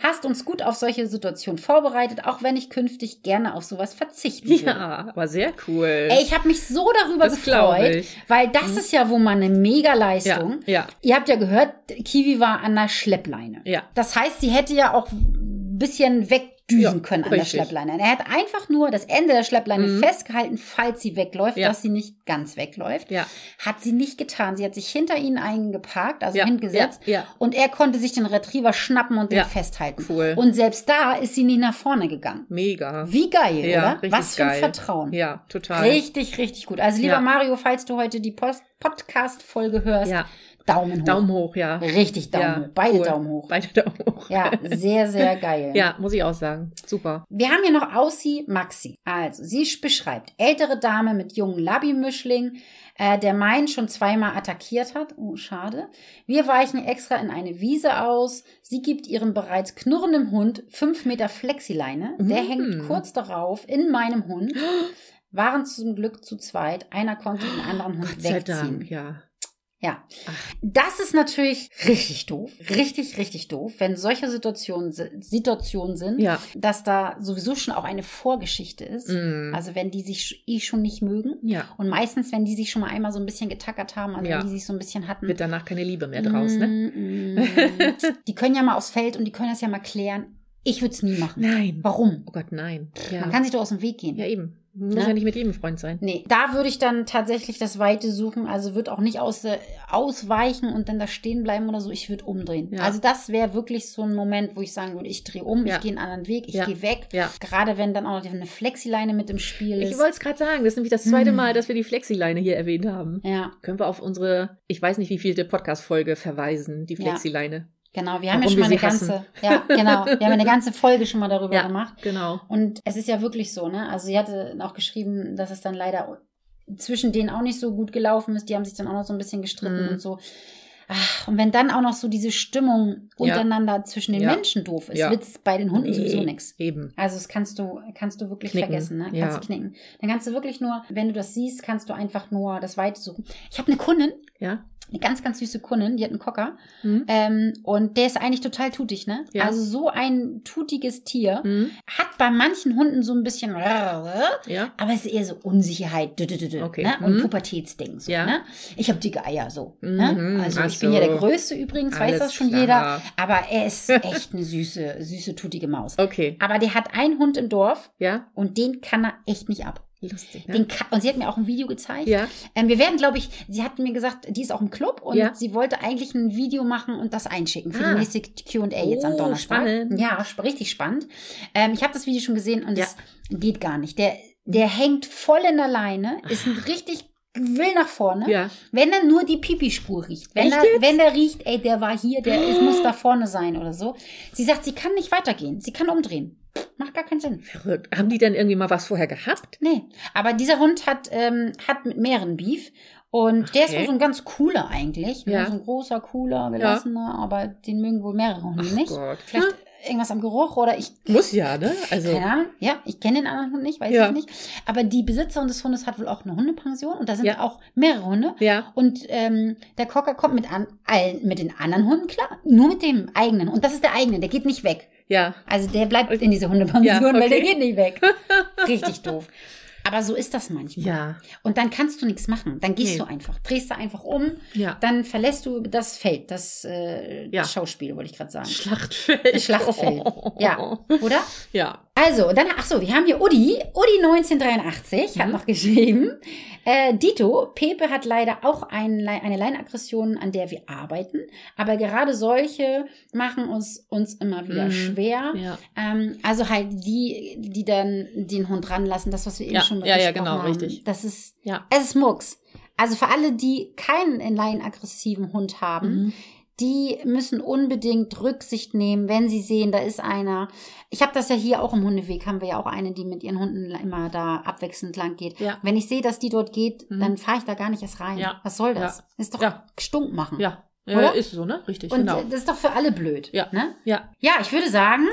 Speaker 1: Hast uns gut auf solche Situationen vorbereitet, auch wenn ich künftig gerne auf sowas verzichten würde.
Speaker 2: Ja, aber sehr cool.
Speaker 1: Ey, ich habe mich so darüber
Speaker 2: Das glaub
Speaker 1: gefreut,
Speaker 2: ich. Mhm.
Speaker 1: weil das ist ja wohl mal eine
Speaker 2: ja,
Speaker 1: Mega-Leistung.
Speaker 2: ja,
Speaker 1: Ihr habt ja gehört, Kiwi war an der Schleppleine.
Speaker 2: ja,
Speaker 1: Das heißt, sie hätte ja auch ein bisschen wegdüsen
Speaker 2: Ja,
Speaker 1: können an
Speaker 2: richtig.
Speaker 1: der Schleppleine. Er hat einfach nur das Ende der Schleppleine
Speaker 2: Mhm.
Speaker 1: festgehalten, falls sie wegläuft,
Speaker 2: Ja.
Speaker 1: dass sie nicht ganz wegläuft.
Speaker 2: ja.
Speaker 1: Hat sie nicht getan. Sie hat sich hinter ihn eingeparkt, also
Speaker 2: ja,
Speaker 1: hingesetzt.
Speaker 2: Ja, ja.
Speaker 1: Und er konnte sich den Retriever schnappen und den
Speaker 2: Ja.
Speaker 1: festhalten.
Speaker 2: Cool.
Speaker 1: Und selbst da ist sie nicht nach vorne gegangen.
Speaker 2: Mega.
Speaker 1: Wie geil,
Speaker 2: ja,
Speaker 1: oder?
Speaker 2: richtig
Speaker 1: Was für ein
Speaker 2: geil.
Speaker 1: Vertrauen.
Speaker 2: Ja, total.
Speaker 1: Richtig, richtig gut. Also lieber
Speaker 2: Ja.
Speaker 1: Mario, falls du heute die Post- Podcast-Folge hörst,
Speaker 2: Ja,
Speaker 1: Daumen hoch.
Speaker 2: Daumen hoch, ja.
Speaker 1: Richtig Daumen
Speaker 2: ja,
Speaker 1: hoch. Beide
Speaker 2: cool.
Speaker 1: Daumen hoch.
Speaker 2: Beide Daumen hoch.
Speaker 1: Ja, sehr, sehr geil.
Speaker 2: Ja, muss ich auch sagen. Super.
Speaker 1: Wir haben hier noch Aussie Maxi. Also, sie beschreibt ältere Dame mit jungen Labimischling, äh, der meinen schon zweimal attackiert hat. Oh, schade. Wir weichen extra in eine Wiese aus. Sie gibt ihrem bereits knurrenden Hund fünf Meter Flexileine. Der
Speaker 2: Mm.
Speaker 1: hängt kurz darauf in meinem Hund. Waren zum Glück zu zweit. Einer konnte den anderen Hund
Speaker 2: Gott sei
Speaker 1: wegziehen.
Speaker 2: Dank, ja.
Speaker 1: Ja.
Speaker 2: Ach.
Speaker 1: Das ist natürlich richtig doof. Richtig, richtig doof, wenn solche Situationen, si- Situationen sind,
Speaker 2: Ja.
Speaker 1: dass da sowieso schon auch eine Vorgeschichte ist.
Speaker 2: Mm.
Speaker 1: Also wenn die sich sch- eh schon nicht mögen.
Speaker 2: ja.
Speaker 1: Und meistens, wenn die sich schon mal einmal so ein bisschen getackert haben, also
Speaker 2: Ja.
Speaker 1: wenn die sich so ein bisschen hatten.
Speaker 2: Wird danach keine Liebe mehr draus, ne?
Speaker 1: Mm, mm. die können ja mal aufs Feld und die können das ja mal klären. Ich würde es nie machen.
Speaker 2: Nein.
Speaker 1: Warum?
Speaker 2: Oh Gott, nein. Ja.
Speaker 1: Man kann sich doch aus dem Weg gehen.
Speaker 2: ja, eben. Muss
Speaker 1: Ne?
Speaker 2: ja nicht mit jedem Freund sein.
Speaker 1: Nee, da würde ich dann tatsächlich das Weite suchen. Also würde auch nicht aus, ausweichen und dann da stehen bleiben oder so. Ich würde umdrehen.
Speaker 2: Ja.
Speaker 1: Also das wäre wirklich so ein Moment, wo ich sagen würde, ich drehe um,
Speaker 2: Ja.
Speaker 1: ich gehe einen anderen Weg, ich
Speaker 2: Ja.
Speaker 1: gehe weg.
Speaker 2: Ja.
Speaker 1: Gerade wenn dann auch noch eine Flexileine mit im Spiel ist.
Speaker 2: Ich wollte es gerade sagen, das ist nämlich das zweite
Speaker 1: Hm.
Speaker 2: Mal, dass wir die Flexileine hier erwähnt haben.
Speaker 1: ja,
Speaker 2: Können wir auf unsere, ich weiß nicht, wie vielte Podcast-Folge verweisen, die
Speaker 1: Ja.
Speaker 2: Flexileine.
Speaker 1: genau. Wir haben
Speaker 2: Warum
Speaker 1: ja schon
Speaker 2: wir
Speaker 1: mal eine
Speaker 2: sie hassen.
Speaker 1: ganze, ja, genau. Wir haben eine ganze Folge schon mal darüber
Speaker 2: Ja.
Speaker 1: gemacht.
Speaker 2: Genau.
Speaker 1: Und es ist ja wirklich so, ne? Also sie hatte auch geschrieben, dass es dann leider zwischen denen auch nicht so gut gelaufen ist. Die haben sich dann auch noch so ein bisschen gestritten
Speaker 2: Mhm.
Speaker 1: und so. Ach, und wenn dann auch noch so diese Stimmung
Speaker 2: Ja.
Speaker 1: untereinander zwischen den
Speaker 2: Ja.
Speaker 1: Menschen doof ist,
Speaker 2: Ja.
Speaker 1: wird's bei den Hunden sowieso
Speaker 2: Nee.
Speaker 1: nix.
Speaker 2: Eben.
Speaker 1: Also das kannst du, kannst du wirklich
Speaker 2: Knicken.
Speaker 1: vergessen, ne? Kannst
Speaker 2: Ja.
Speaker 1: du knicken. Dann kannst du wirklich nur, wenn du das siehst, kannst du einfach nur das Weite suchen. Ich habe eine Kundin,
Speaker 2: Ja.
Speaker 1: eine ganz, ganz süße Kundin, die hat einen Cocker.
Speaker 2: Hm?
Speaker 1: Ähm, und der ist eigentlich total tutig, ne?
Speaker 2: Ja.
Speaker 1: Also so ein tutiges Tier
Speaker 2: Hm?
Speaker 1: hat bei manchen Hunden so ein bisschen, aber
Speaker 2: Ja.
Speaker 1: es ist eher so Unsicherheit dü- dü- dü- dü,
Speaker 2: Okay.
Speaker 1: ne? und
Speaker 2: Mhm.
Speaker 1: Pubertätsding. So,
Speaker 2: Ja.
Speaker 1: ne? Ich habe dicke Eier so.
Speaker 2: Mhm,
Speaker 1: Ne? Also
Speaker 2: ach
Speaker 1: ich bin ja der
Speaker 2: so.
Speaker 1: Größte übrigens, weiß
Speaker 2: Alles
Speaker 1: das schon
Speaker 2: klar.
Speaker 1: jeder. Aber er ist echt eine süße, süße, tutige Maus.
Speaker 2: Okay.
Speaker 1: Aber der hat einen Hund im Dorf
Speaker 2: Ja.
Speaker 1: und den kann er echt nicht ab.
Speaker 2: Lustig,
Speaker 1: Den kann, und sie hat mir auch ein Video gezeigt.
Speaker 2: Ja.
Speaker 1: Ähm, wir werden, glaube ich, sie hat mir gesagt, die ist auch im Club und
Speaker 2: Ja.
Speaker 1: sie wollte eigentlich ein Video machen und das einschicken für
Speaker 2: Ah.
Speaker 1: die nächste QA jetzt am
Speaker 2: Oh,
Speaker 1: Donnerstag.
Speaker 2: spannend.
Speaker 1: Ja, sp- richtig spannend. Ähm, ich habe das Video schon gesehen und
Speaker 2: Ja.
Speaker 1: es geht gar nicht. Der, der hängt voll in der Leine, ist ein richtig will nach vorne,
Speaker 2: Ah. Ja.
Speaker 1: wenn er nur die Pipi-Spur riecht. Wenn
Speaker 2: Echt
Speaker 1: er,
Speaker 2: jetzt?
Speaker 1: wenn er riecht, ey, der war hier, der ist, muss da vorne sein oder so. Sie sagt, sie kann nicht weitergehen, sie kann umdrehen. Macht gar keinen Sinn.
Speaker 2: Verrückt. Haben die dann irgendwie mal was vorher gehabt?
Speaker 1: Nee, aber dieser Hund hat, ähm, hat mit mehreren Beef. Und der ist
Speaker 2: Okay.
Speaker 1: wohl so ein ganz cooler eigentlich. ne?
Speaker 2: Ja.
Speaker 1: So ein großer, cooler, gelassener, aber den mögen wohl mehrere Hunde nicht.
Speaker 2: Gott.
Speaker 1: Vielleicht irgendwas am Geruch oder ich.
Speaker 2: Muss ja, ne? Also.
Speaker 1: Keine Ahnung. Ja, ich kenne den anderen Hund nicht, weiß
Speaker 2: Ja.
Speaker 1: ich nicht. Aber die Besitzerin des Hundes hat wohl auch eine Hundepension und da sind
Speaker 2: Ja.
Speaker 1: auch mehrere Hunde.
Speaker 2: Ja.
Speaker 1: Und ähm, der Cocker kommt mit, an, allen, mit den anderen Hunden klar, nur mit dem eigenen. Und das ist der eigene, der geht nicht weg.
Speaker 2: Ja.
Speaker 1: Also der bleibt in dieser Hundepension,
Speaker 2: Ja, okay.
Speaker 1: weil der geht nicht weg. Richtig doof. Aber so ist das manchmal.
Speaker 2: Ja.
Speaker 1: Und dann kannst du nichts machen. Dann gehst
Speaker 2: Nee.
Speaker 1: du einfach, drehst du einfach um,
Speaker 2: Ja.
Speaker 1: dann verlässt du das Feld, das äh,
Speaker 2: Ja.
Speaker 1: Schauspiel, wollte ich gerade sagen.
Speaker 2: Schlachtfeld.
Speaker 1: Das Schlachtfeld. Ja, oder?
Speaker 2: Ja.
Speaker 1: Also, dann, ach so, wir haben hier Udi. Udi 1983 hat
Speaker 2: Mhm.
Speaker 1: noch geschrieben. Äh, Dito, Pepe hat leider auch ein, Lei- eine Leinaggression, an der wir arbeiten. Aber gerade solche machen uns, uns immer wieder
Speaker 2: Mhm.
Speaker 1: schwer.
Speaker 2: Ja.
Speaker 1: Ähm, also halt die, die dann den Hund ranlassen, das, was wir eben
Speaker 2: Ja,
Speaker 1: schon
Speaker 2: ja, ja,
Speaker 1: besprochen
Speaker 2: genau,
Speaker 1: haben.
Speaker 2: richtig.
Speaker 1: Das ist,
Speaker 2: Ja.
Speaker 1: es ist Murks. Also für alle, die keinen in Laien aggressiven Hund haben,
Speaker 2: Mhm.
Speaker 1: die müssen unbedingt Rücksicht nehmen, wenn sie sehen, da ist einer. Ich habe das ja hier auch im Hundeweg, haben wir ja auch eine, die mit ihren Hunden immer da abwechselnd lang geht.
Speaker 2: Ja.
Speaker 1: Wenn ich sehe, dass die dort geht,
Speaker 2: Mhm.
Speaker 1: dann fahre ich da gar nicht erst rein.
Speaker 2: Ja.
Speaker 1: Was soll das?
Speaker 2: Ja.
Speaker 1: Ist doch
Speaker 2: Ja.
Speaker 1: Stunk machen.
Speaker 2: Ja.
Speaker 1: Oder?
Speaker 2: Äh, ist so, ne? Richtig,
Speaker 1: Und
Speaker 2: genau.
Speaker 1: äh, das ist doch für alle blöd.
Speaker 2: Ja.
Speaker 1: Ne?
Speaker 2: Ja.
Speaker 1: ja, ich würde sagen,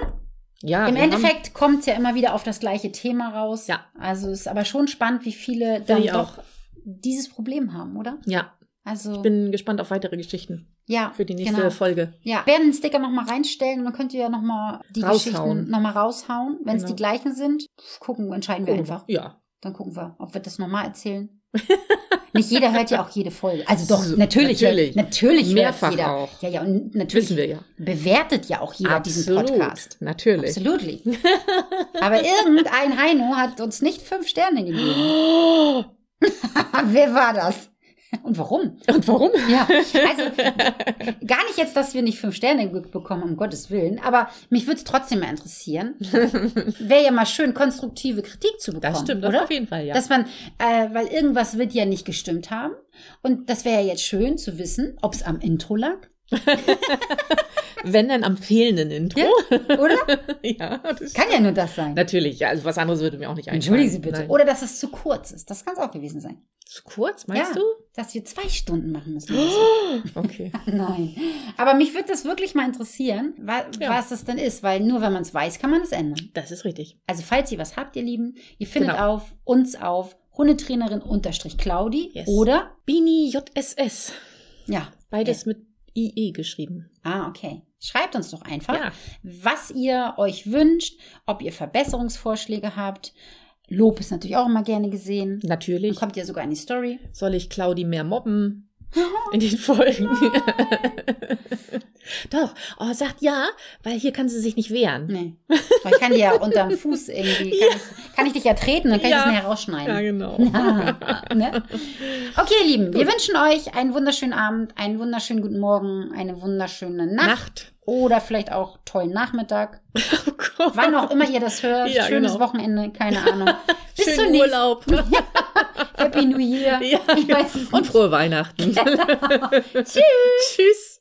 Speaker 2: Ja.
Speaker 1: im
Speaker 2: wir haben-
Speaker 1: Endeffekt kommt es ja immer wieder auf das gleiche Thema raus.
Speaker 2: Ja.
Speaker 1: Also ist aber schon spannend, wie viele dann
Speaker 2: ich auch.
Speaker 1: doch dieses Problem haben, oder?
Speaker 2: Ja.
Speaker 1: Also
Speaker 2: Bin gespannt auf weitere Geschichten
Speaker 1: ja,
Speaker 2: für die nächste
Speaker 1: genau.
Speaker 2: Folge.
Speaker 1: Ja, werden den Sticker nochmal reinstellen und dann könnt ihr ja nochmal die
Speaker 2: Raushauen.
Speaker 1: Geschichten nochmal raushauen. Wenn es die
Speaker 2: Genau.
Speaker 1: gleichen sind, pf, gucken, entscheiden wir einfach.
Speaker 2: Oh, Ja.
Speaker 1: Dann gucken wir, ob wir das nochmal erzählen. Nicht jeder hört ja auch jede Folge. Also doch,
Speaker 2: So,
Speaker 1: natürlich. Natürlich,
Speaker 2: natürlich.
Speaker 1: natürlich
Speaker 2: Mehrfach
Speaker 1: hört jeder.
Speaker 2: auch.
Speaker 1: Ja, ja, und natürlich
Speaker 2: Wissen wir ja.
Speaker 1: bewertet ja auch jeder diesen Podcast.
Speaker 2: Natürlich.
Speaker 1: Absolutely. Aber irgendein Heino hat uns nicht fünf Sterne gegeben.
Speaker 2: Oh,
Speaker 1: Wer war das? Und warum?
Speaker 2: Und warum?
Speaker 1: Ja, also gar nicht jetzt, dass wir nicht fünf Sterne ge- bekommen, um Gottes Willen, aber mich würde es trotzdem mal interessieren. Wäre ja mal schön, konstruktive Kritik zu bekommen.
Speaker 2: Das stimmt, das
Speaker 1: oder?
Speaker 2: auf jeden Fall, ja.
Speaker 1: Dass man, äh, weil irgendwas wird ja nicht gestimmt haben. Und das wäre ja jetzt schön zu wissen, ob es am Intro lag,
Speaker 2: Wenn dann am fehlenden Intro.
Speaker 1: oder?
Speaker 2: Ja, das
Speaker 1: Kann ja nur das sein.
Speaker 2: Natürlich, ja, also was anderes würde mir auch nicht einfallen.
Speaker 1: Entschuldigen Sie bitte.
Speaker 2: Nein.
Speaker 1: Oder dass es zu kurz ist. Das kann es auch gewesen sein.
Speaker 2: Zu kurz, meinst
Speaker 1: ja,
Speaker 2: du?
Speaker 1: dass wir zwei Stunden machen müssen. oder so.
Speaker 2: Okay.
Speaker 1: Nein. Aber mich würde das wirklich mal interessieren, wa
Speaker 2: Ja.
Speaker 1: was das denn ist, weil nur wenn man es weiß, kann man es ändern.
Speaker 2: Das ist richtig.
Speaker 1: Also falls ihr was habt, ihr Lieben, ihr findet
Speaker 2: Genau.
Speaker 1: auf uns auf Hundetrainerin unterstrich Claudi
Speaker 2: Yes.
Speaker 1: oder
Speaker 2: Bini JSS.
Speaker 1: ja
Speaker 2: Beides mit IE geschrieben.
Speaker 1: Ah, okay. Schreibt uns doch einfach,
Speaker 2: Ja.
Speaker 1: was ihr euch wünscht, ob ihr Verbesserungsvorschläge habt. Lob ist natürlich auch immer gerne gesehen. Dann
Speaker 2: Natürlich.
Speaker 1: kommt ja sogar in die Story.
Speaker 2: Soll ich Claudi mehr mobben in den Folgen? Doch. Oh, sagt ja, weil hier kann sie sich nicht wehren.
Speaker 1: Nee. Aber ich kann die ja unterm Fuß irgendwie, kann, ich, kann ich dich ja treten, dann kann ich
Speaker 2: Ja.
Speaker 1: das nachher rausschneiden.
Speaker 2: genau.
Speaker 1: ne? Okay, ihr Lieben, wir wünschen euch einen wunderschönen Abend, einen wunderschönen guten Morgen, eine wunderschöne Nacht,
Speaker 2: Nacht.
Speaker 1: oder vielleicht auch tollen Nachmittag.
Speaker 2: Oh Gott.
Speaker 1: Wann auch immer ihr das hört,
Speaker 2: Ja,
Speaker 1: schönes
Speaker 2: genau.
Speaker 1: Wochenende, keine Ahnung. Bis
Speaker 2: Schönen
Speaker 1: zum nächsten
Speaker 2: Urlaub.
Speaker 1: Happy New Year.
Speaker 2: Ja,
Speaker 1: ich weiß es
Speaker 2: Und
Speaker 1: nicht.
Speaker 2: frohe Weihnachten.
Speaker 1: Tschüss.
Speaker 2: Tschüss.